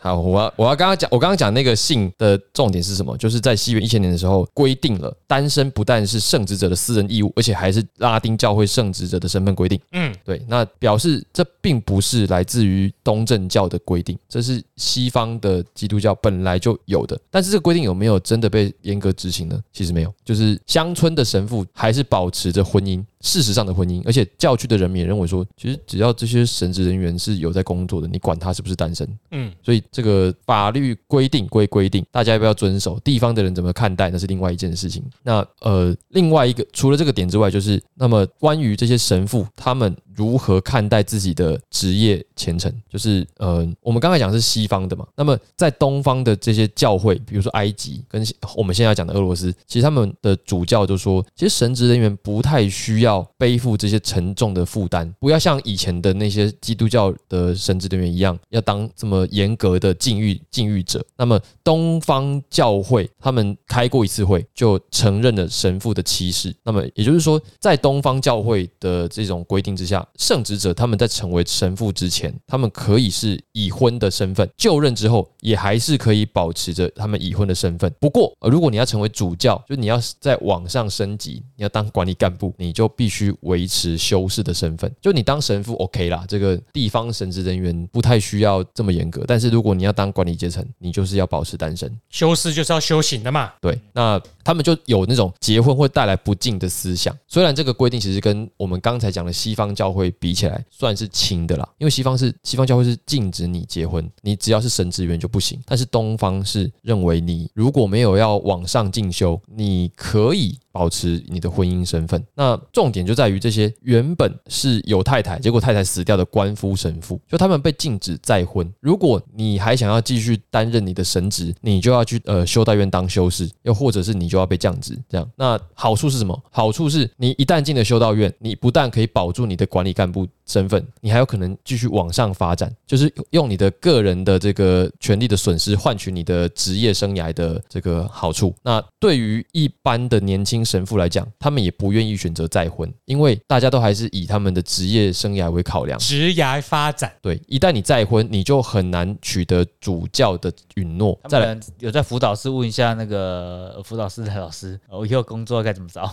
[SPEAKER 2] 好，我要我要刚刚讲，我刚刚讲那个性的重点是什么？就是在西元一千年的时候规定了，单身不但是圣职者的私人义务，而且还是拉丁教会圣职者的身份规定。
[SPEAKER 3] 嗯，
[SPEAKER 2] 对，那表示这并不是来自于东正教的规定，这是西方的基督教本来就有的。但是这个规定有没有真的被严格执行呢？其实没有，就是乡村的神父还是保持着婚姻，事实上的婚姻，而且教区的人民也认为说，其实只要这些神职人员是有在工作的，你管他是不是单身，
[SPEAKER 3] 嗯，
[SPEAKER 2] 所以这个法律规定归规定，大家要不要遵守，地方的人怎么看待那是另外一件事情。那呃，另外一个除了这个点之外，就是那么关于这些神父他们如何看待自己的职业前程，就是呃，我们刚才讲是西方的嘛，那么在东方的这些教会，比如说埃及跟我们现在讲的俄罗斯，其实他们的主教就说，其实神职人员不太需要背负这些沉重的负担，不要像以前的那些基督教的神职人员一样，要当这么严格的禁欲禁欲者。那么东方教会他们开过一次会，就承认了神父的歧视。那么也就是说，在东方教会的这种规定之下，圣职者他们在成为神父之前，他们可以是已婚的身份，就任之后也还是可以保持着他们已婚的身份。不过，呃如果你要成为主教，就你要在往上升级，你要当管理干部，你就必须维持修士的身份。就你当神父 OK 啦，这个地方神职人员不太需要这么严格。但是如果你要当管理阶层，你就是要保持单身。
[SPEAKER 3] 修饰就是要修行的嘛，
[SPEAKER 2] 对，那他们就有那种结婚会带来不敬的思想。虽然这个规定其实跟我们刚才讲的西方教会比起来算是轻的啦，因为西方是西方教会是禁止你结婚，你只要是神职员就不行。但是东方是认为你如果没有要往上进修，你可以保持你的婚姻身份。那重点就在于这些原本是有太太，结果太太死掉的官夫神父，就他们被禁止再婚。如果你还想要继续担任你的神职，你就要去呃修道院当修士，又或者是你就要被降职。这样，那好处是什么？好处是你一旦进了修道院，你不但可以保住你的管理干部身份，你还有可能继续往上发展，就是用你的个人的这个权利的损失换取你的职业生涯的这个好处。那对于一般的年轻神父来讲，他们也不愿意选择再婚，因为大家都还是以他们的职业生涯为考量。
[SPEAKER 3] 职涯发展，
[SPEAKER 2] 对，一旦你再婚，你就很难取得主教的允诺。
[SPEAKER 1] 再
[SPEAKER 2] 再来，
[SPEAKER 1] 来有在辅导室问一下那个呃辅导室的老师，呃我以后工作该怎么找？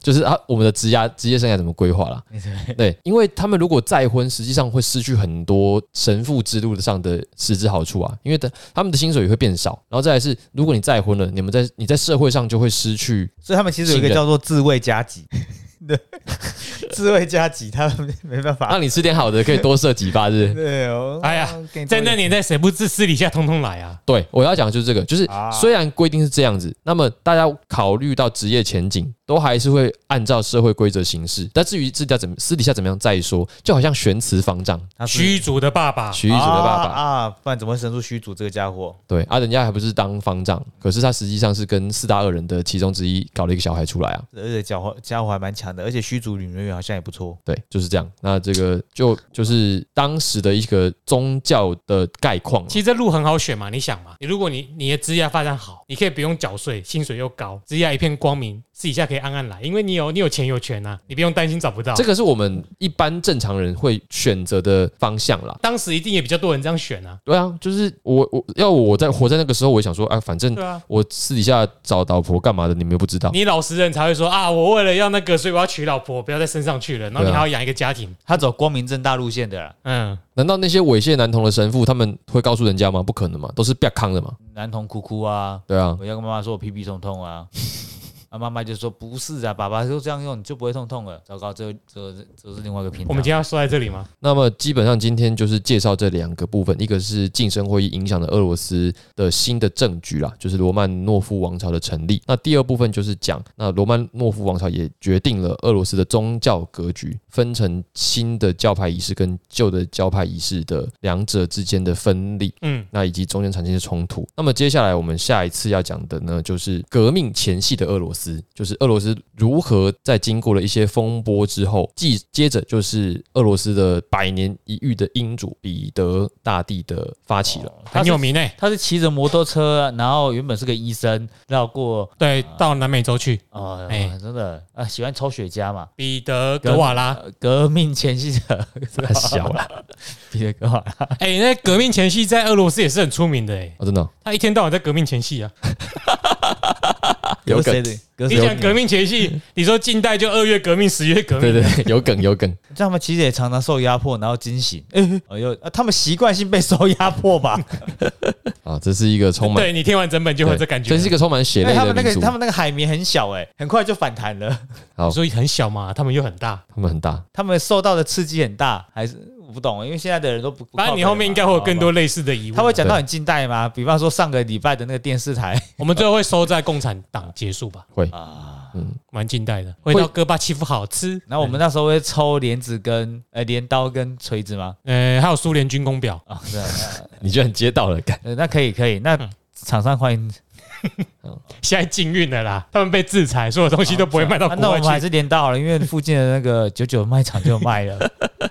[SPEAKER 2] 就是啊，我们的职涯职业生涯怎么
[SPEAKER 1] <laughs>
[SPEAKER 2] 规划啦？对，因为他们如果再婚，实际上会失去很多神父之路上的实质好处啊，因为的他们的薪水也会变少。然后再来是，如果你再婚了，你们在你在社会上就会失去
[SPEAKER 1] 所以他们其实有一
[SPEAKER 2] 信
[SPEAKER 1] 个
[SPEAKER 2] 任
[SPEAKER 1] 叫做自卫加急， <laughs> 对，自卫加急，他们没办法。
[SPEAKER 3] 啊
[SPEAKER 2] 让你吃点好的，可以多射几发，是不是？
[SPEAKER 1] <laughs> 对哦，
[SPEAKER 3] 哎呀
[SPEAKER 1] 给你多
[SPEAKER 3] 在
[SPEAKER 1] 一
[SPEAKER 3] 那年代谁不自私底下通通来啊？
[SPEAKER 2] 对，我要讲的就是这个，就是
[SPEAKER 1] 啊
[SPEAKER 2] 虽然规定是这样子，那么大家考虑到职业前景，都还是会按照社会规则行事。但至于自家怎么私底下怎么样再说，就好像玄慈方丈
[SPEAKER 1] 他是
[SPEAKER 3] 虚竹的爸爸，
[SPEAKER 2] 徐玉子的爸爸，
[SPEAKER 1] 啊啊，不然怎么会生出虚竹这个家伙？
[SPEAKER 2] 对啊，人家还不是当方丈，可是他实际上是跟四大恶人的其中之一搞了一个小孩出来啊。
[SPEAKER 1] 而且家伙家伙还蛮强的，而且虚竹女人缘好像也不错。
[SPEAKER 2] 对，就是这样。那这个就就是当时的一个宗教的概况啊。
[SPEAKER 3] 其实这路很好选嘛，你想嘛，你如果你你的职业发展好，你可以不用缴税，薪水又高，职业一片光明，私底下可以暗暗来，因为你有你有钱有权啊，你不用担心找不到。
[SPEAKER 2] 这
[SPEAKER 3] 这个
[SPEAKER 2] 个是我们一般正常人会选择的方向啦。
[SPEAKER 3] 当时一定也比较多人这样选啊，
[SPEAKER 2] 对啊，就是我我要我在活在那个时候，我也想说，啊，反正
[SPEAKER 3] 对啊，
[SPEAKER 2] 我私底下找老婆干嘛的，你们又不知道。
[SPEAKER 3] 你老实人才会说啊，我为了要那个，所以我要娶老婆，不要再升上去了，然后
[SPEAKER 2] 对
[SPEAKER 3] 你
[SPEAKER 2] 啊
[SPEAKER 3] 还要养一个家庭，
[SPEAKER 1] 他走光明正大路线的啦，
[SPEAKER 3] 嗯，
[SPEAKER 2] 难道那些猥亵男童的神父他们会告诉人家吗？不可能嘛，都是不要康的嘛。
[SPEAKER 1] 男童哭哭啊，
[SPEAKER 2] 对啊，
[SPEAKER 1] 我要跟妈妈说我屁屁痛痛啊， <laughs> 啊妈妈就说不是啊，爸爸就这样用你就不会痛痛了。糟糕，这这这是另外一个频道。
[SPEAKER 3] 我们今天要说在这里吗？
[SPEAKER 2] 那么基本上今天就是介绍这两个部分，一个是晋升会议影响了俄罗斯的新的政局啦，就是罗曼诺夫王朝的成立。那第二部分就是讲，那罗曼诺夫王朝也决定了俄罗斯的宗教格局，分成新的教派仪式跟旧的教派仪式的两者之间的分立。
[SPEAKER 3] 嗯，
[SPEAKER 2] 那以及中间产生的冲突。那么接下来我们下一次要讲的呢，就是革命前夕的俄罗斯，就是俄罗斯如何在经过了一些风波之后，继接着就是俄罗斯的百年一遇的英主彼得大帝的发起了。
[SPEAKER 1] 他
[SPEAKER 3] 很
[SPEAKER 1] 是
[SPEAKER 3] 有名欸诶、
[SPEAKER 1] 他是骑着摩托车，然后原本是个医生，绕过
[SPEAKER 3] 对，到南美洲去，
[SPEAKER 1] 哦，
[SPEAKER 3] 哎
[SPEAKER 1] 真的啊，喜欢抽雪茄嘛？
[SPEAKER 3] 彼得格瓦拉，
[SPEAKER 1] 呃革命前夕 <laughs> 者，
[SPEAKER 2] 太小 <laughs> 了
[SPEAKER 1] 彼得格瓦拉
[SPEAKER 3] 哎、那革命前夕在俄罗斯也是很出名的诶、欸
[SPEAKER 2] 哦，真的哦、
[SPEAKER 3] 他一天到晚在革命前夕啊，
[SPEAKER 2] 有梗，
[SPEAKER 1] 有
[SPEAKER 3] 你
[SPEAKER 1] 谁
[SPEAKER 3] 讲革命
[SPEAKER 1] <laughs>
[SPEAKER 3] 前夕，你说近代就二月革命、十月革
[SPEAKER 2] 对
[SPEAKER 3] 命，
[SPEAKER 2] 对，对有梗有梗。
[SPEAKER 1] 这样他们其实也常常受压迫，然后惊醒，
[SPEAKER 3] 嗯
[SPEAKER 1] 哎呦，啊他们习惯性被受压迫
[SPEAKER 3] <laughs>
[SPEAKER 1] 吧？
[SPEAKER 2] 啊，这是一个充满
[SPEAKER 3] 对你听完整本就会有这感觉
[SPEAKER 2] 这。是一个充满血
[SPEAKER 1] 因
[SPEAKER 2] 泪
[SPEAKER 1] 为哎他
[SPEAKER 2] 的
[SPEAKER 1] 们那
[SPEAKER 2] 民
[SPEAKER 1] 个
[SPEAKER 2] 族。
[SPEAKER 1] 他们那个海绵很小，哎，很快就反弹了， <laughs>
[SPEAKER 2] 好
[SPEAKER 3] 所以很小嘛，他们又很大。
[SPEAKER 2] 他们很大，
[SPEAKER 1] 他们受到的刺激很大，还是我不懂，因为现在的人都不。不
[SPEAKER 3] 反正你
[SPEAKER 1] 靠北
[SPEAKER 3] 后面
[SPEAKER 1] 嘛
[SPEAKER 3] 应该会有更。
[SPEAKER 1] 好
[SPEAKER 3] 多
[SPEAKER 1] 吧
[SPEAKER 3] 类似的疑问。
[SPEAKER 1] 他会讲到很近代吗？比方说上个礼拜的那个电视台
[SPEAKER 3] 我们最后会收在共产党结束吧，
[SPEAKER 1] 啊，
[SPEAKER 2] 嗯，
[SPEAKER 3] 蛮近代的。
[SPEAKER 2] 会
[SPEAKER 3] 回到哥巴欺负好吃，
[SPEAKER 1] 然后我们 <laughs> 那时候会抽帘子跟呃镰刀跟锤子吗？
[SPEAKER 3] 呃，还有苏联军工表， <laughs>
[SPEAKER 1] 啊，是啊，
[SPEAKER 2] 你居然接到了，干
[SPEAKER 1] 呃那可以可以，那
[SPEAKER 3] 嗯
[SPEAKER 1] 厂商欢迎
[SPEAKER 3] 现在禁运了啦，他们被制裁，所有东西都不会卖到
[SPEAKER 1] 啊那
[SPEAKER 3] 国
[SPEAKER 1] 我
[SPEAKER 3] 外
[SPEAKER 1] 们还
[SPEAKER 3] 去。
[SPEAKER 1] 是镰刀好了，因为附近的那个九九卖场就有卖
[SPEAKER 3] <laughs>
[SPEAKER 1] 了，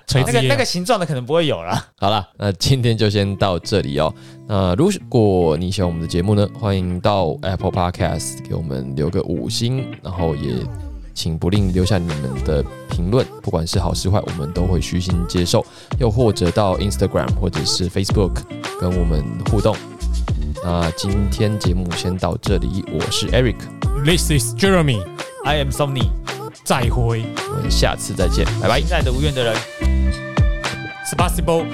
[SPEAKER 3] 锤
[SPEAKER 1] 那
[SPEAKER 3] 子
[SPEAKER 1] 个
[SPEAKER 3] 也
[SPEAKER 1] 那
[SPEAKER 3] 有
[SPEAKER 1] 个形状的可能不会有啦。
[SPEAKER 2] 好了，那今天就先到这里哦。那如果你喜欢我们的节目呢，欢迎到 Apple Podcast 给我们留个五星，然后也请不吝留下你们的评论，不管是好是坏，我们都会虚心接受。又或者到 Instagram 或者是 Facebook 跟我们互动。那今天节目先到这里，我是 Eric，
[SPEAKER 3] This is Jeremy，
[SPEAKER 1] I am Sony，
[SPEAKER 3] 再会
[SPEAKER 2] 我们下次再见，拜拜。
[SPEAKER 1] 现在的无怨的人。
[SPEAKER 3] ，Spasibo。